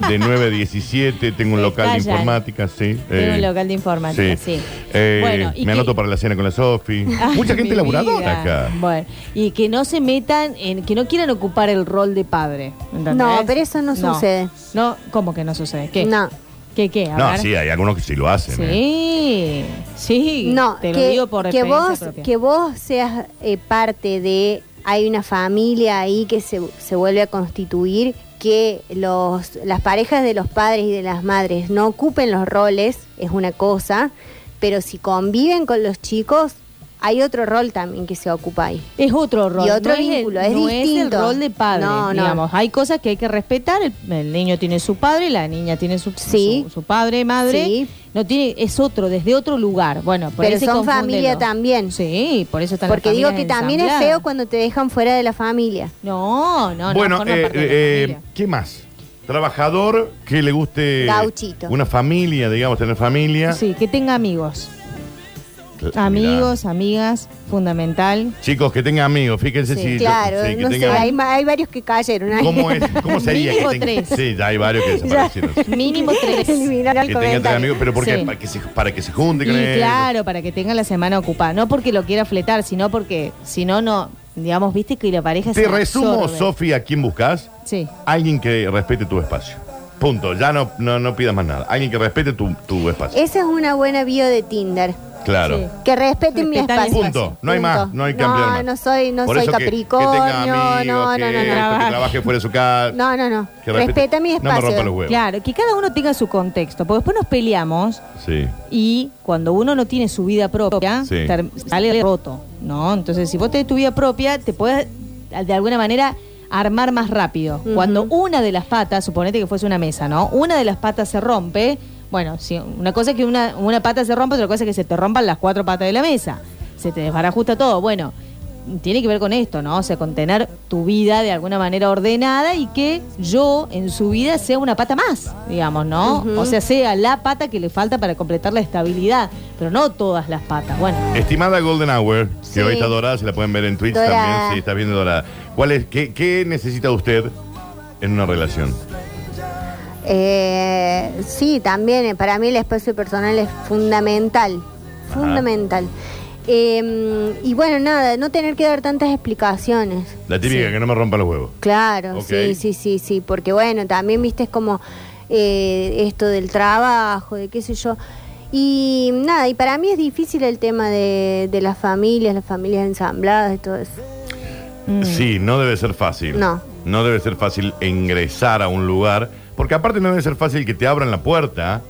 De 9 a 17, tengo un local de Está ya. informática, sí. Tengo eh, un local de informática, sí. Eh, Bueno, y me que- anoto para la cena con la Sofi. [laughs] [laughs] Ay, Mucha gente mi laburadora vida. acá. Bueno, y que no se metan, en, que no quieran ocupar el rol de padre. ¿entendés? No, pero eso no sucede. No, ¿cómo que no sucede? ¿Qué? No. ¿Qué, qué? A No, ver. sí, hay algunos que sí lo hacen. ¿eh? Sí, sí. No, te que, lo digo por que experiencia vos propia. que vos seas eh, parte de hay una familia ahí que se, se vuelve a constituir que los las parejas de los padres y de las madres no ocupen los roles es una cosa, pero si conviven con los chicos hay otro rol también que se ocupa ahí. Es otro rol. Y otro no es el- vínculo, es no distinto. el rol de padre, No, no. digamos. Hay cosas que hay que respetar. El, el niño tiene su padre, la niña tiene su, Sí. su, su padre, madre. Sí. No tiene, es otro, desde otro lugar. Bueno, por Pero ahí se son confunde familia lo- también. Sí, por eso están las Porque digo que familias también es ensambladas. feo cuando te dejan fuera de la familia. No, no, no. bueno, forma eh, parte de la eh, familia. ¿qué más? Trabajador que le guste Gauchito. una familia, digamos, tener familia. Sí, que tenga amigos. Cl- Amigos, amigas, [laughs] fundamental. mirá. Chicos, que tenga amigos, fíjense si. claro, sí, que no sé, tenga- hay, ma- hay varios que cayeron. ahí. ¿Cómo, es, ¿Cómo sería? Mínimo que tenga- tres. Sí, ya hay varios que desaparecieron. Mínimo tres. Eliminar que el tenga tres comentario. amigos, pero porque Sí. para, que se, para que se junte con Y él. claro, para que tenga la semana ocupada. No porque lo quiera fletar, sino porque si no, no. Digamos, viste que la pareja Te se resumo, absorbe. Sofía, ¿a quién buscas? Sí. Alguien que respete tu espacio. Punto. Ya no, no, no pidas más nada. Alguien que respete tu, tu espacio. [laughs] Esa es una buena bio de Tinder. claro. sí. Que respeten mi Respetar el espacio. Punto. No hay más. No hay que no, ampliar más. No, soy, no Por soy eso que- Capricornio. Que, tenga amigos, no, no, que, no, esto, no. que trabaje fuera de su casa. No, no, no. que respete- Respeta mi No me espacio. rompa los huevos. Claro, que cada uno tenga su contexto. Porque después nos peleamos Sí. y cuando uno no tiene su vida propia, Sí. ter- sale roto. ¿No? Entonces, si vos tenés tu vida propia, te puedes de alguna manera armar más rápido. Ujú. Cuando una de las patas, suponete que fuese una mesa, ¿no? Una de las patas se rompe. Bueno, si una cosa es que una, una pata se rompa, otra cosa es que se te rompan las cuatro patas de la mesa. Se te desbarajusta todo. Bueno, tiene que ver con esto, ¿no? O sea, con tener tu vida de alguna manera ordenada y que yo en su vida sea una pata más, digamos, ¿no? Ujú. O sea, sea la pata que le falta para completar la estabilidad, pero no todas las patas. Bueno, Estimada Golden Hour, que Sí. hoy está dorada, si la pueden ver en Twitch Dorada. también, sí, está viendo dorada. ¿Cuál es, qué, qué necesita usted en una relación? Eh, sí, también eh, para mí el espacio personal es fundamental. Ajá. Fundamental. Eh, y bueno, nada, no tener que dar tantas explicaciones. La típica, Sí. que no me rompa los huevos. Claro, Ok. sí, sí, sí, sí, porque bueno, también viste es como eh, esto del trabajo, de qué sé yo. Y nada, y para mí es difícil el tema de, de las familias, las familias ensambladas y todo eso. Sí, no debe ser fácil. Mm. No. No debe ser fácil ingresar a un lugar, porque aparte no debe ser fácil que te abran la puerta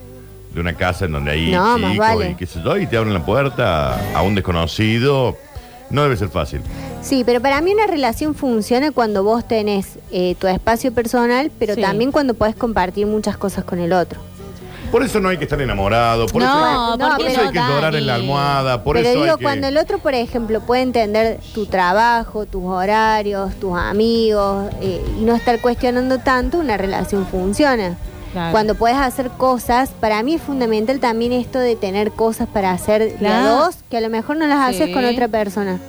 de una casa en donde hay No, más chicos vale. y qué sé yo, y te abren la puerta a un desconocido. No debe ser fácil. Sí, pero para mí una relación funciona cuando vos tenés eh, tu espacio personal, pero Sí. también cuando podés compartir muchas cosas con el otro. Por eso no hay que estar enamorado, por No, eso, por porque eso hay que no, llorar en la Dani. almohada, por pero eso digo, hay que... cuando el otro, por ejemplo, puede entender tu trabajo, tus horarios, tus amigos, eh, y no estar cuestionando tanto, una relación funciona. Claro. Cuando puedes hacer cosas, para mí es fundamental también esto de tener cosas para hacer de a Claro. dos, que a lo mejor no las Sí. haces con otra persona.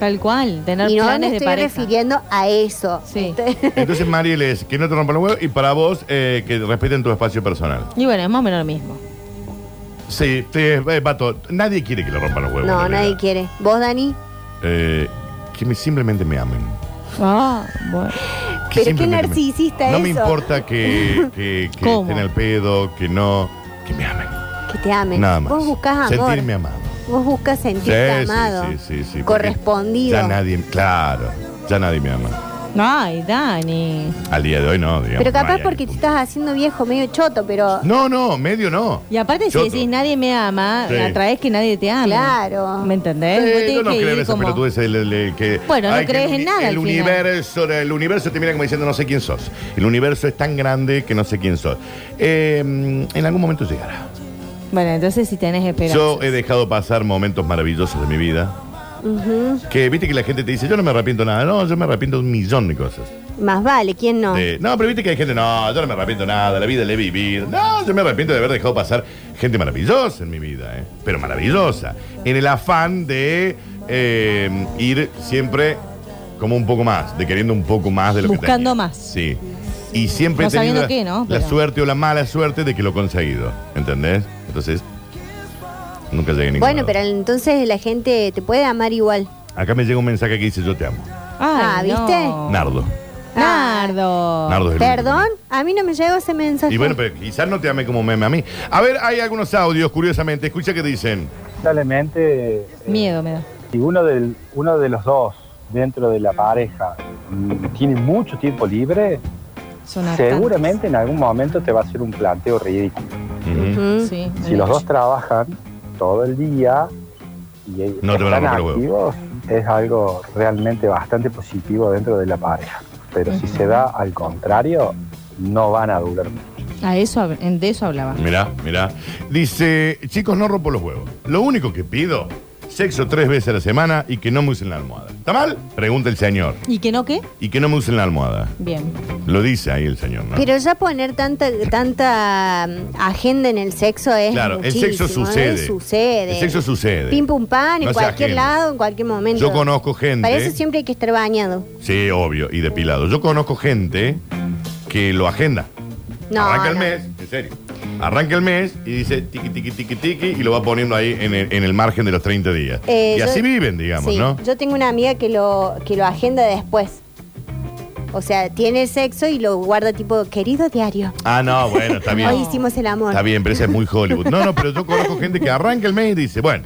Tal cual, tener Y no me planes de estoy pareja. refiriendo a eso. Sí. [laughs] Este- [laughs] Entonces Mariel es que no te rompan los huevos y para vos eh, que respeten tu espacio personal. Y bueno, es más o menos lo mismo. Sí, te, eh, Pato, nadie quiere que le rompan los huevos. No, en nadie realidad. quiere. ¿Vos, Dani? Eh, que me- simplemente me amen. Ah, bueno. Pero qué simplemente me- narcisista No me eso. importa [laughs] que, que, que ¿Cómo? estén al pedo, que no, que me amen. Que te amen. Nada más. Vos buscás amor. Sentirme amado. Vos buscas sentirte amado. sí, sí, sí, porque correspondido. Ya nadie, claro, ya nadie me ama. Ay, Dani. Al día de hoy no, digamos. Pero no capaz hay porque te alguien. estás haciendo viejo, medio choto, pero. No, no, medio no. Y aparte, si Choto. decís nadie me ama, Sí. atraes que nadie te ama. Claro. ¿Me Eh, entendés? Vos tenés yo no que creo en ir esa como- pelotudez, el- el- el que- Bueno, no ay, que crees el en uni- nada El al final. universo, el universo te mira como diciendo no sé quién sos. El universo es tan grande que no sé quién sos. Eh, en algún momento llegará. Bueno, entonces si tenés esperanza. Yo he dejado pasar momentos maravillosos de mi vida. Que viste que la gente te dice, yo no me arrepiento de nada. No, yo me arrepiento de un millón de cosas. Más vale, ¿quién no? De- no, pero viste que hay gente, no, yo no me arrepiento de nada, la vida la he vivido. No, yo me arrepiento de haber dejado pasar gente maravillosa en mi vida, ¿eh? pero maravillosa. En el afán de eh, ir siempre como un poco más, de queriendo un poco más de lo que Buscando tenía. más. Sí. Y siempre he No tenido sabiendo la, qué, ¿no? la Pero- suerte o la mala suerte de que lo he conseguido, ¿entendés? Entonces, nunca llegué a ningún bueno, lado. pero entonces la gente te puede amar igual. Acá me llega un mensaje que dice, yo te amo. Ay, Ah, no. ¿viste? Nardo. Nardo. Nardo es el único. ¿Perdón? A mí no me llegó ese mensaje. Y bueno, pero quizás no te ame como meme a mí. A ver, hay algunos audios, curiosamente. Escucha que dicen. Lamentablemente, eh, Miedo me da. si uno, del, uno de los dos dentro de la pareja mm, tiene mucho tiempo libre, Son hartantes. seguramente en algún momento te va a hacer un planteo ridículo. Ujú. Sí, Si los dos trabajan todo el día, y ellos No te van a están romper los activos, es algo realmente bastante positivo dentro de la pareja. Pero si se da al contrario, no van a durar mucho. A eso, hab- en- de eso hablaba. Mirá, mirá. Dice, chicos, no rompo los huevos. Lo único que pido, sexo tres veces a la semana y que no me usen la almohada. ¿Está mal? Pregunta el señor. ¿Y que no qué? Y que no me usen la almohada. Bien. Lo dice ahí el señor, ¿no? Pero ya poner tanta tanta mm, agenda en el sexo es claro, el muchísimo, sexo ¿eh? sucede. Sucede. El sexo sucede. Pim pum pan, en No se cualquier agenda. lado, en cualquier momento. Yo conozco gente. Para eso siempre hay que estar bañado. Sí, obvio, y depilado. Yo conozco gente que lo agenda. No, Arranca el no. mes, en serio. Arranca el mes y dice tiqui, tiqui, tiqui, tiqui y lo va poniendo ahí en el, en el margen de los 30 días. Eh, y yo- así viven, digamos, Sí, ¿no? Yo tengo una amiga que lo, que lo agenda después. O sea, tiene sexo y lo guarda tipo querido diario. Ah, no, bueno, está bien. Hoy hicimos el amor. Está bien, pero esa es muy Hollywood. No, no, pero yo conozco gente que arranca el mes y dice, bueno,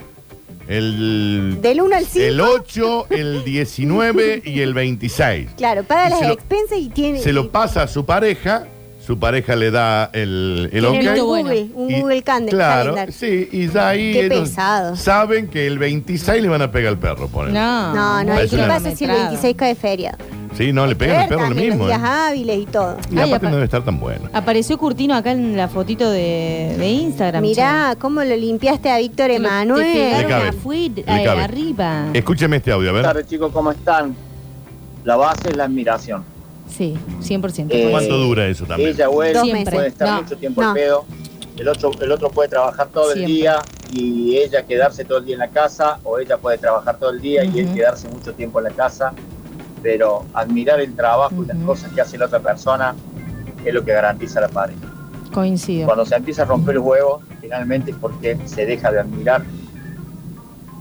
el, Del 1 al 5. el 8, el 19 y el 26. Claro, Y paga las se lo- expensas y tiene. Se lo pasa a su pareja, su pareja le da el, el ok. Tiene un Qué Google, bueno. un Y- Google Cand- Claro, Calendar. sí, y ya ahí Qué ellos pesado. saben que el 26 le van a pegar al perro, por No. No, no, ¿y Parece qué una- pasa si el 26 cae feriado? Sí, no, le pegan al perro lo También mismo. Los días eh. hábiles y todo. Y Ay, aparte apa- no debe estar tan bueno. Apareció Curtino acá en la fotito de, de Instagram. Mirá cómo lo limpiaste a Víctor che. Te lo- Te Le cabe, pegaron Emanuel. afuera, le eh, cabe. arriba. Escúcheme este audio, a ver. Buenas tardes, chicos, ¿cómo están? La base es la admiración. Sí, 100%. Eh, ¿Cuánto dura eso también? Ella o él Dos puede meses. estar No, mucho tiempo no. al pedo. El otro, el otro puede trabajar todo Siempre. el día y ella quedarse todo el día en la casa, o ella puede trabajar todo el día y él Ujú. quedarse mucho tiempo en la casa. Pero admirar el trabajo y las Ujú. cosas que hace la otra persona es lo que garantiza la pareja. Coincido. Cuando se empieza a romper el huevo, finalmente es porque se deja de admirar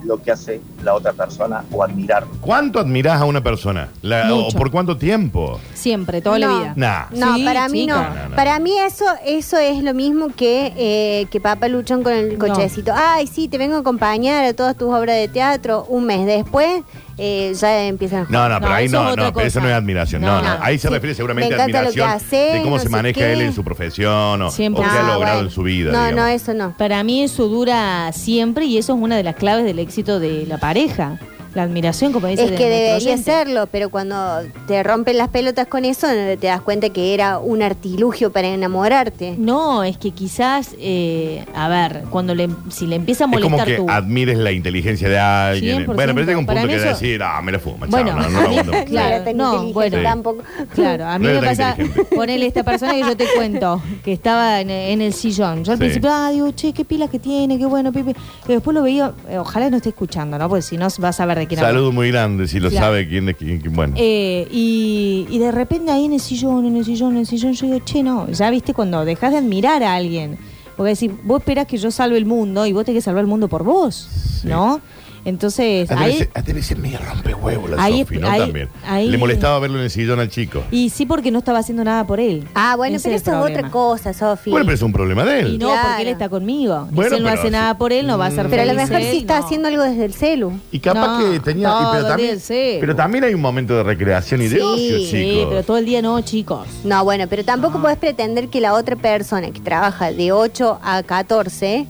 lo que hace la otra persona o admirar. ¿Cuánto admirás a una persona? La- ¿O Mucho. por cuánto tiempo? Siempre, toda No. la vida. Nah. No, Sí, para mí chica. no. No, no, no. Para mí eso eso es lo mismo que, eh, que Papá Luchón con el cochecito. Ay, sí, te vengo a acompañar a todas tus obras de teatro. Un mes después eh, ya empiezan. No, no, pero No, ahí eso es no, otra no, pero eso no es cosa. admiración. No, no, No. ahí se Sí. refiere seguramente Me a encanta lo que admiración hace, de cómo no se sé maneja qué. él en su profesión o, o qué Siempre. ha logrado No, Ah, bueno. en su vida. No, digamos. no, eso no. Para mí eso dura siempre y eso es una de las claves del éxito de la pareja. La admiración, como dice Es de que nuestro debería oyente. serlo, pero cuando te rompen las pelotas con eso, te das cuenta que era un artilugio para enamorarte. No, es que quizás, eh, a ver, cuando le, si le empieza a Es como molestar que tu... admires la inteligencia de alguien. 100%. Bueno, pero llega un Para punto mí que eso- decir, ah, me la fuma, Bueno, chao, no, no la [laughs] aguanto más". Claro, tan no, inteligente bueno. tampoco. Claro, a mí No era me tan pasa, inteligente. [laughs] ponele esta persona que yo te cuento, que estaba en, en el sillón. Yo al Sí. principio, ah, digo, che, qué pilas que tiene, qué bueno, pipi. Y después lo veía, eh, ojalá no esté escuchando, ¿no? Porque si no, vas a ver de quién hablo. Saludo muy grande, si lo Claro. sabe quién es quién. quién- Bueno, Eh, y, y de repente ahí en el sillón, en el sillón, en el sillón, yo digo, che, no, ya viste cuando dejas de admirar a alguien. Porque decís, vos esperás que yo salve el mundo y vos tenés que salvar el mundo por vos, ¿no? Entonces, Ah, debe, ahí, ser, ah, debe ser medio rompehuevo la Ahí- Sofi, ¿no? ahí- También. ahí- Le molestaba verlo en el sillón al chico. y sí porque no estaba haciendo nada por él. Ah, bueno, Ese pero el eso es otra problema. cosa, Sofi. Bueno, pero es un problema de Y él. no, Claro. porque él está conmigo. Y Bueno, si él no pero hace sí. nada por él, no va a ser Pero a lo feliz mejor él, sí está no. haciendo algo desde el celu. Y capaz No, que tenía. y todo pero, también, el celu. pero también hay un momento de recreación y de Sí, ocio, chicos. Sí, pero todo el día no, chicos. No, bueno, pero tampoco puedes pretender que la otra persona que trabaja de 8 a 14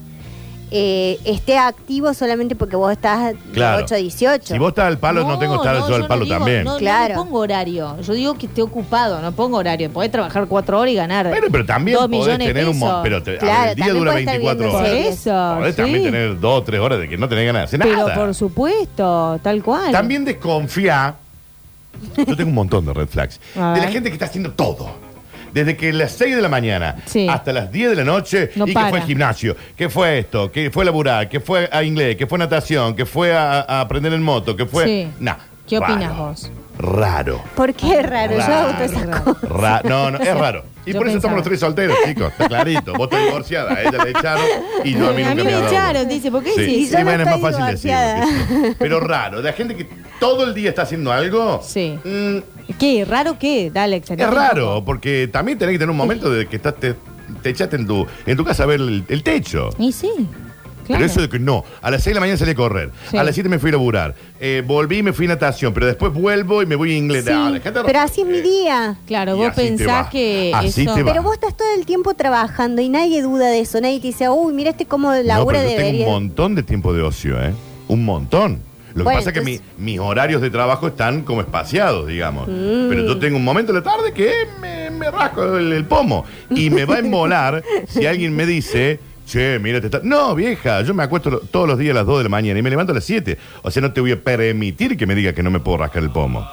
eh, esté activo solamente porque vos estás de Claro. 8 a 18. Si vos estás al palo, no, tengo que estar no, yo al no palo digo- también. No, no Claro. le pongo horario. Yo digo que esté ocupado, no pongo horario. Podés trabajar cuatro horas y ganar. Bueno, pero también dos podés millones de tener un pesos. mo- Pero te- a ver, Claro, el día también dura podés estar 24 viendo horas. Por eso, Podés también sí. tener 2 o 3 horas de que no tenés ganas de hacer Pero nada. por supuesto, tal cual. También desconfía. Yo tengo un montón de red flags. A De la ver. gente que está haciendo todo. Desde que las 6 de la mañana Sí. hasta las 10 de la noche No y que para. fue al gimnasio, que fue esto, que fue a laburar, que fue a inglés, que fue a natación, que fue a, a aprender en moto, que fue. Sí. Nah, ¿Qué raro. opinás vos? Raro. ¿Por qué es raro? Yo hago todas esas Raro. [laughs] cosas. Ra- no, no, es raro. Y Yo por eso estamos pensaba. los tres solteros, chicos. Está clarito. Vos estás divorciada, a ella la echaron y yo a mí nunca me, ha me dado. echaron, dice, ¿por qué Sí, decís? Y yo sí, no bueno, es más estoy fácil divorciada. decirlo. sí. Pero raro, la gente que todo el día está haciendo algo. Sí. mm, ¿Qué? ¿Raro qué? Dale, es excelente. raro, porque también tenés que tener un momento de que estás, te, te echaste en tu, en tu casa a ver el, el techo. Y sí, claro. Pero eso de que no, a las 6 de la mañana salí a correr, Sí. a las 7 me fui a laburar, eh, volví y me fui a natación, pero después vuelvo y me voy a inglés. Sí, Ah, dejate de- Pero así es mi día. Claro, Y vos así te pensás va. que Así eso... te va. Pero vos estás todo el tiempo trabajando y nadie duda de eso. Nadie te dice, uy, mira este cómo No, labura pero yo tengo debería. un montón de tiempo de ocio, ¿eh? un montón. Lo Bueno, que pasa es que mi- entonces- mis horarios de trabajo están como espaciados, digamos. Pero Mm. yo tengo un momento de la tarde que me, me rasco el, el pomo. Y me va a embolar [laughs] si alguien me dice, che, mira, te está... No, vieja, yo me acuesto lo- todos los días a las 2 de la mañana y me levanto a las 7. O sea, no te voy a permitir que me diga que no me puedo rascar el pomo.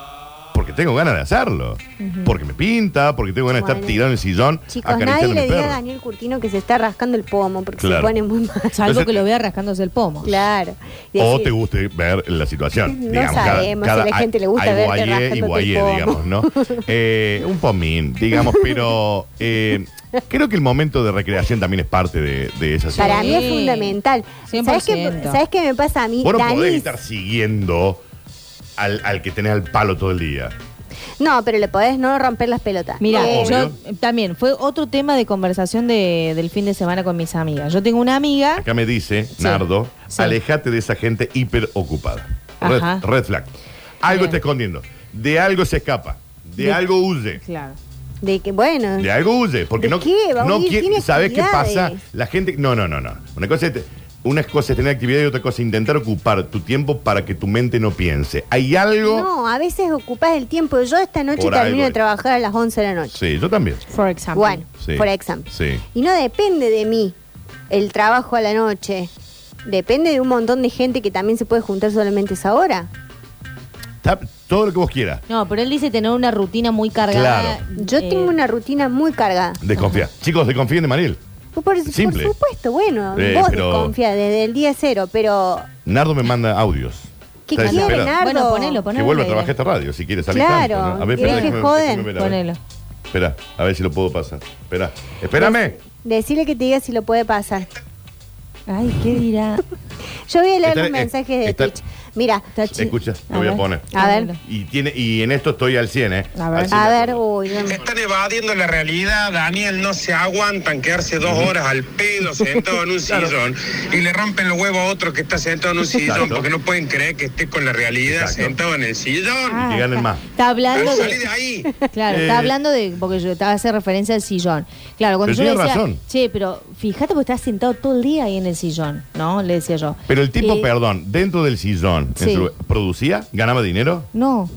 Porque tengo ganas de hacerlo. Porque me pinta, porque tengo ganas de Bueno. estar tirado en el sillón. Chicos, nadie acariciando a le mi diga a perro. Daniel Curtino que se está rascando el pomo porque se Claro. pone muy mal. Salvo Entonces- que lo vea rascándose el pomo. Claro. Y O decir, te guste ver la situación. No digamos, sabemos si a la gente le gusta hay verte voyeur rascándote y el voyeur, pomo. digamos, [laughs] ¿no? Eh, un pomín, digamos, pero eh, creo que el momento de recreación también es parte de, de esa situación. Para mí es fundamental. ¿Sabes qué, 100%. ¿Sabes qué me pasa a mí? Vos no podés Danís- estar siguiendo al, al que tenés al palo todo el día. No, pero le podés no romper las pelotas. Mira, Obvio. yo eh, también, fue otro tema de conversación de- del fin de semana con mis amigas. Yo tengo una amiga, Acá me dice, Nardo, sí. alejate de esa gente hiper ocupada. Red, Ajá. red flag. Algo Bien. está escondiendo. De algo se escapa. De, De- algo huye. claro, De que, bueno. De algo huye, porque ¿De no, qué? Va a no huir, quiere- tiene ¿Sabes qué pasa? actividades. La gente. No, no, no, no. Una cosa es, te- una cosa es tener actividad y otra cosa es intentar ocupar tu tiempo para que tu mente no piense. Hay algo. No, a veces ocupás el tiempo. Yo esta noche Por termino algo. de trabajar a las 11 de la noche. Sí, yo también. for example. Bueno, Sí. por ejemplo. Sí. Y no depende de mí el trabajo a la noche. Depende de un montón de gente que también se puede juntar solamente esa hora. Ta- Todo lo que vos quieras. No, pero él dice tener una rutina muy cargada. Claro. Yo eh, tengo una rutina muy cargada. Desconfía. Chicos, desconfíen de Mariel. Por, por Simple. supuesto, bueno, Eh, vos pero- desconfías desde el día cero, pero Nardo me manda audios. ¿Qué Está quiere, desesperado. Nardo? Bueno, ponelo, ponelo. Que vuelva a al trabajar aire. esta radio si quieres salir Claro, tanto, ¿no? A ver, que espera, deje déjame- joden. déjame ver, a ver. Ponelo. Espera, a ver si lo puedo pasar. Espera, espérame. Pues- decirle que te diga si lo puede pasar. Ay, ¿qué dirá? Yo voy a leer Está- los eh, mensajes de está- Twitch. Mira, Está chi- Escucha, lo voy a ver. poner. A ver. Ponelo. Y, tiene, y en esto estoy al 100, ¿eh? A ver. Al 100. a ver, uy, no. Están evadiendo la realidad, Daniel, no se aguantan quedarse dos horas al pedo sentado en un [laughs] Claro. sillón y le rompen los huevos a otro que está sentado en un sillón Exacto. porque no pueden creer que esté con la realidad Exacto. sentado en el Ah, sillón. que ganen más. Está hablando Salí [laughs] de de. ahí. Claro, Eh. está hablando de. Porque yo estaba hace referencia al sillón. Claro, cuando Pero yo le tiene decía. razón. Che, pero fíjate porque estás sentado todo el día ahí en el sillón, ¿no? Le decía yo. Pero el tipo, Eh, perdón, dentro del sillón, en Sí. su- ¿producía? ¿Ganaba dinero? No. Oh.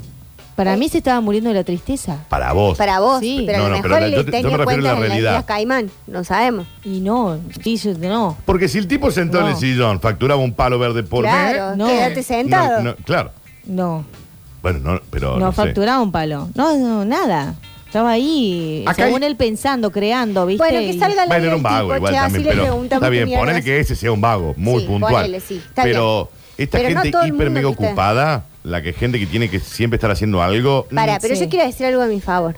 Para mí se estaba muriendo de la tristeza. Para vos. Para vos, Sí. pero No, a lo no, pero mejor la- él yo les te- tenía yo me refiero a la cuentas en las realidad. Islas Caimán, no sabemos. Y no, dice, no. Porque si el tipo sentado en el No. sillón facturaba un palo verde por claro, mes. no. quédate sentado. no, no, claro. No, Bueno, no, pero. no, No, sé. facturaba un palo. No, no, nada. Estaba ahí, Acá según hay- él pensando, creando, ¿viste? Bueno, que Y- salga la Bueno, era un vago igual también, pero. Está bien, ponele que ese sea un vago, muy Sí, puntual. ponele, sí, está pero esta Pero no gente todo el hiper mundo mega que está- ocupada, la que gente que tiene que siempre estar haciendo algo. mm, Para, pero Sí. yo quiero decir algo a mi favor.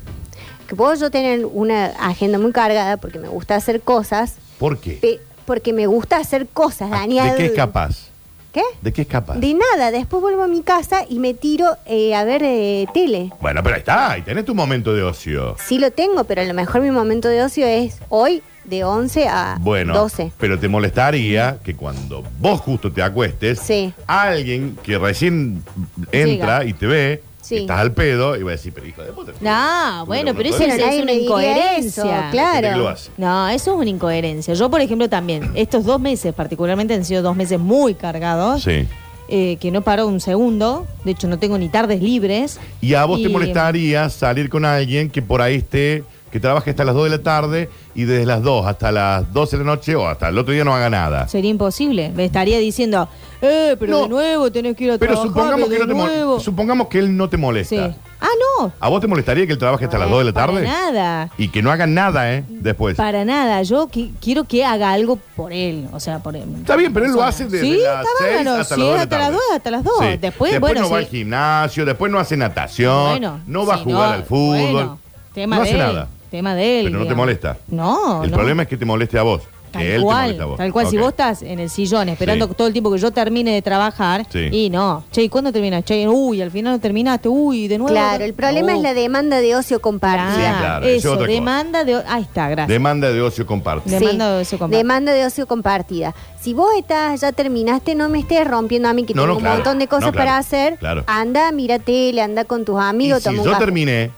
Que puedo yo tener una agenda muy cargada porque me gusta hacer cosas, ¿Por qué? pe- porque me gusta hacer cosas, Daniel. Ah, ¿De qué es capaz? ¿Qué? ¿De qué es capaz? De nada, después vuelvo a mi casa y me tiro eh, a ver eh, tele. Bueno, pero ahí está, ahí tenés tu momento de ocio. Sí lo tengo, pero a lo mejor mi momento de ocio es hoy de 11 Ah, a Bueno, 12. pero te molestaría que cuando vos justo te acuestes, Sí. alguien que recién entra y te ve, Sí. que estás al pedo, y va a decir, pero hijo de puta. No, bueno, pero eso Pero es, es nadie una me diría incoherencia. eso, Hay gente claro. que lo hace. No, eso es una incoherencia. Yo, por ejemplo, también, estos dos meses, particularmente, han sido dos meses muy cargados, Sí. eh, que no paro un segundo. De hecho, no tengo ni tardes libres. Y a vos te Y- molestaría salir con alguien que por ahí esté, que trabaje hasta las 2 de la tarde y desde las 2 hasta las 12 de la noche o hasta el otro día no haga nada. Sería imposible. Me estaría diciendo, eh, pero No. de nuevo tenés que ir a Pero trabajar, supongamos que, de no te mol- nuevo. supongamos que él no te Sí. molesta. Ah, no. ¿A vos te molestaría que él trabaje hasta las Bueno, 2 de la tarde? Para nada. Mm, Y que no haga nada, ¿eh? Después. Para nada. Yo qui- quiero que haga algo por él. O sea, por él. Está bien, pero él lo hace desde Sí, las está 6 bárbaro. hasta Sí, las 2 de la hasta las tarde. dos, hasta las dos. Sí. Después, bueno, no va sí. al gimnasio, después no hace natación, Bueno, no va si a jugar al fútbol. bueno, tema no de hace él, nada. Tema de él. Pero no te digamos. molesta. No, el no. problema es que te moleste a vos. Tal que él cual, te moleste a vos. Tal cual, si Ok. vos estás en el sillón esperando Sí. todo el tiempo que yo termine de trabajar, Sí. y no, che, ¿y cuándo terminas? Che, uy, al final no terminaste, uy, de nuevo. Claro, el problema es la demanda de ocio Claro, compartida. Sí, claro, eso es eso, otra cosa. demanda de... Ahí está, gracias. Demanda de ocio comparte. De- Demanda de ocio compartida. demanda de ocio compartida. Si vos estás, ya terminaste, no me estés rompiendo a mí que No, tengo no, un claro. montón de cosas No, claro, para hacer. claro. Anda, mira tele, anda con tus Y amigos, si toma yo un café. terminé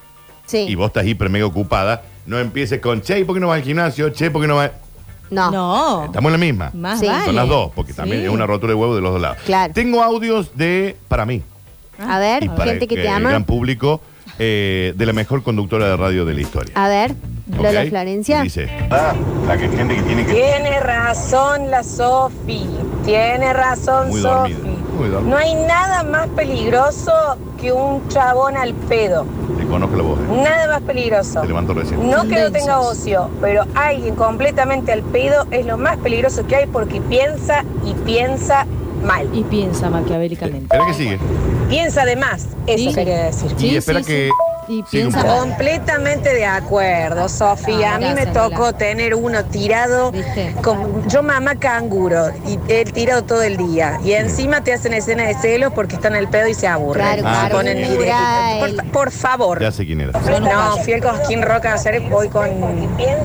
Sí. y vos estás hiper mega ocupada, no empieces con che, ¿y por qué no vas al gimnasio? Che, ¿por qué no vas? No. No. Estamos en la misma. Más Sí. vale. Son las dos, porque también Sí. es una rotura de huevo de los dos lados. Claro. Tengo audios de, para mí, A ver, y para gente que el- te el ama. gran público, eh, de la mejor conductora de radio de la historia. A ver, Ah, Lola ¿Ok? Florencia. Dice, "Ah, La que gente que tiene Tiene razón la Sofi, tiene razón muy dormida. Sofi. Muy No dormida. hay nada más peligroso que un chabón al pedo. Te conozco la voz. eh. Nada más peligroso. Te levanto recién. No que no tenga ocio, pero alguien completamente al pedo es lo más peligroso que hay porque piensa y piensa mal. Y piensa maquiavélicamente. Espera que sigue. Piensa de más, eso Sí. quería decir. Y Sí, espera sí, que... sí. Y siga un piensa- poco. Completamente de acuerdo, Sofía. A mí me Gracias, tocó Lola. tener uno tirado. ¿Viste? con- yo mamá canguro y él tirado todo el día. Y encima te hacen escenas de celos porque están al pedo y se aburren. Claro, Se claro, ponen sí. directo. Ay. Por, fa- por favor. Ya sé quién era. No, fui al Cosquín Roca ayer, voy con.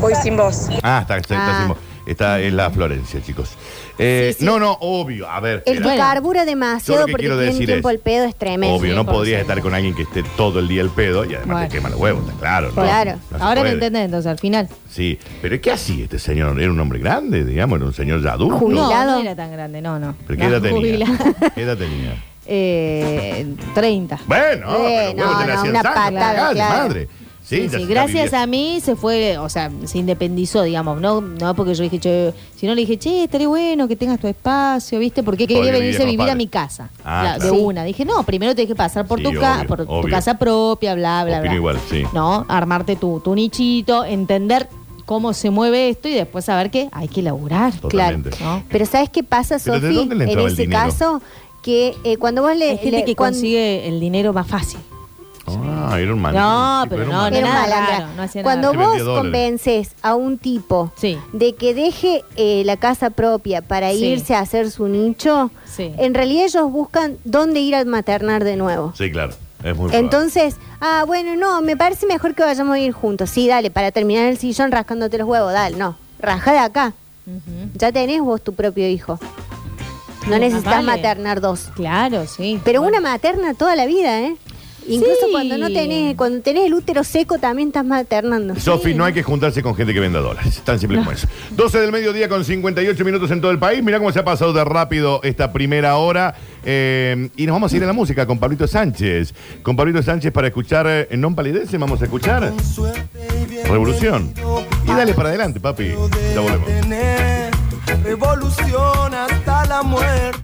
Voy sin vos. Ah, está, está, está Ah. sin voz. Está en la Florencia, chicos. Eh, Sí, sí. No, no, obvio. A ver, El que espera. carbura demasiado que porque quiero tiene decir tiempo es- al pedo es tremendo. obvio, no 100%. podrías estar con alguien que esté todo el día el pedo y además Bueno. te quema los huevos, está claro. ¿no? Claro. No se Ahora lo puede. entendés entonces, al final. Sí, pero ¿qué hacía este señor? Era un hombre grande, digamos, era un señor ya adulto. Jubilado. No, no era tan grande, no, no. ¿Pero qué edad No, tenía? [laughs] jubilado. ¿Qué edad tenía? Eh, 30. Bueno, Eh, pero huevos no, te no, nacían una sanos, patada, cagada de claro. madre. Sí, Sí, ya sí, se gracias está a mí se fue, o sea, se independizó, digamos, no no porque yo dije, che, sino le dije, che, estaría bueno que tengas tu espacio, ¿viste? Porque quería Porque vivía venirse con a vivir los a mi padres. casa, Ah, la- de claro. una. Dije, no, primero tenés que pasar por, Sí, tu, ca- obvio, por tu obvio. casa propia, bla, bla, Opino bla. igual, sí. ¿No? Armarte tu, tu nichito, entender cómo se mueve esto y después saber que hay que laburar. Totalmente. ¿no? Pero ¿sabes qué pasa, Pero ¿de Sofi? dónde le En entraba el ese dinero? caso, que eh, cuando vos le... Hay gente le- que cuan- consigue el dinero más fácil. Ah, era un man. No, Sí, pero era un no, man. no Era nada malandra. raro, no hacía nada Cuando raro. Te vos vendía dólares. convences a un tipo Sí. de que deje eh, la casa propia para Sí. irse a hacer su nicho, Sí. en realidad ellos buscan dónde ir a maternar de nuevo. Sí, claro. Es muy probable. Entonces, ah, bueno, no, me parece mejor que vayamos a ir juntos. Sí, dale, para terminar el sillón rascándote los huevos, dale, no, raja de acá. Ujú. Ya tenés vos tu propio hijo. No Más necesitas vale. maternar dos. Claro, sí. Pero Bueno. una materna toda la vida, ¿eh? Incluso Sí. cuando no tenés, cuando tenés el útero seco también estás maternando. Sofi, no hay que juntarse con gente que venda dólares. Tan simple como eso. 12 del mediodía con 58 minutos en todo el país. Mirá cómo se ha pasado de rápido esta primera hora. Eh, y nos vamos a ir a la música con Pablito Sánchez. Con Pablito Sánchez para escuchar eh, Non Palidece. Vamos a escuchar Revolución. Y dale para adelante, papi. Ya volvemos. Revolución hasta la muerte.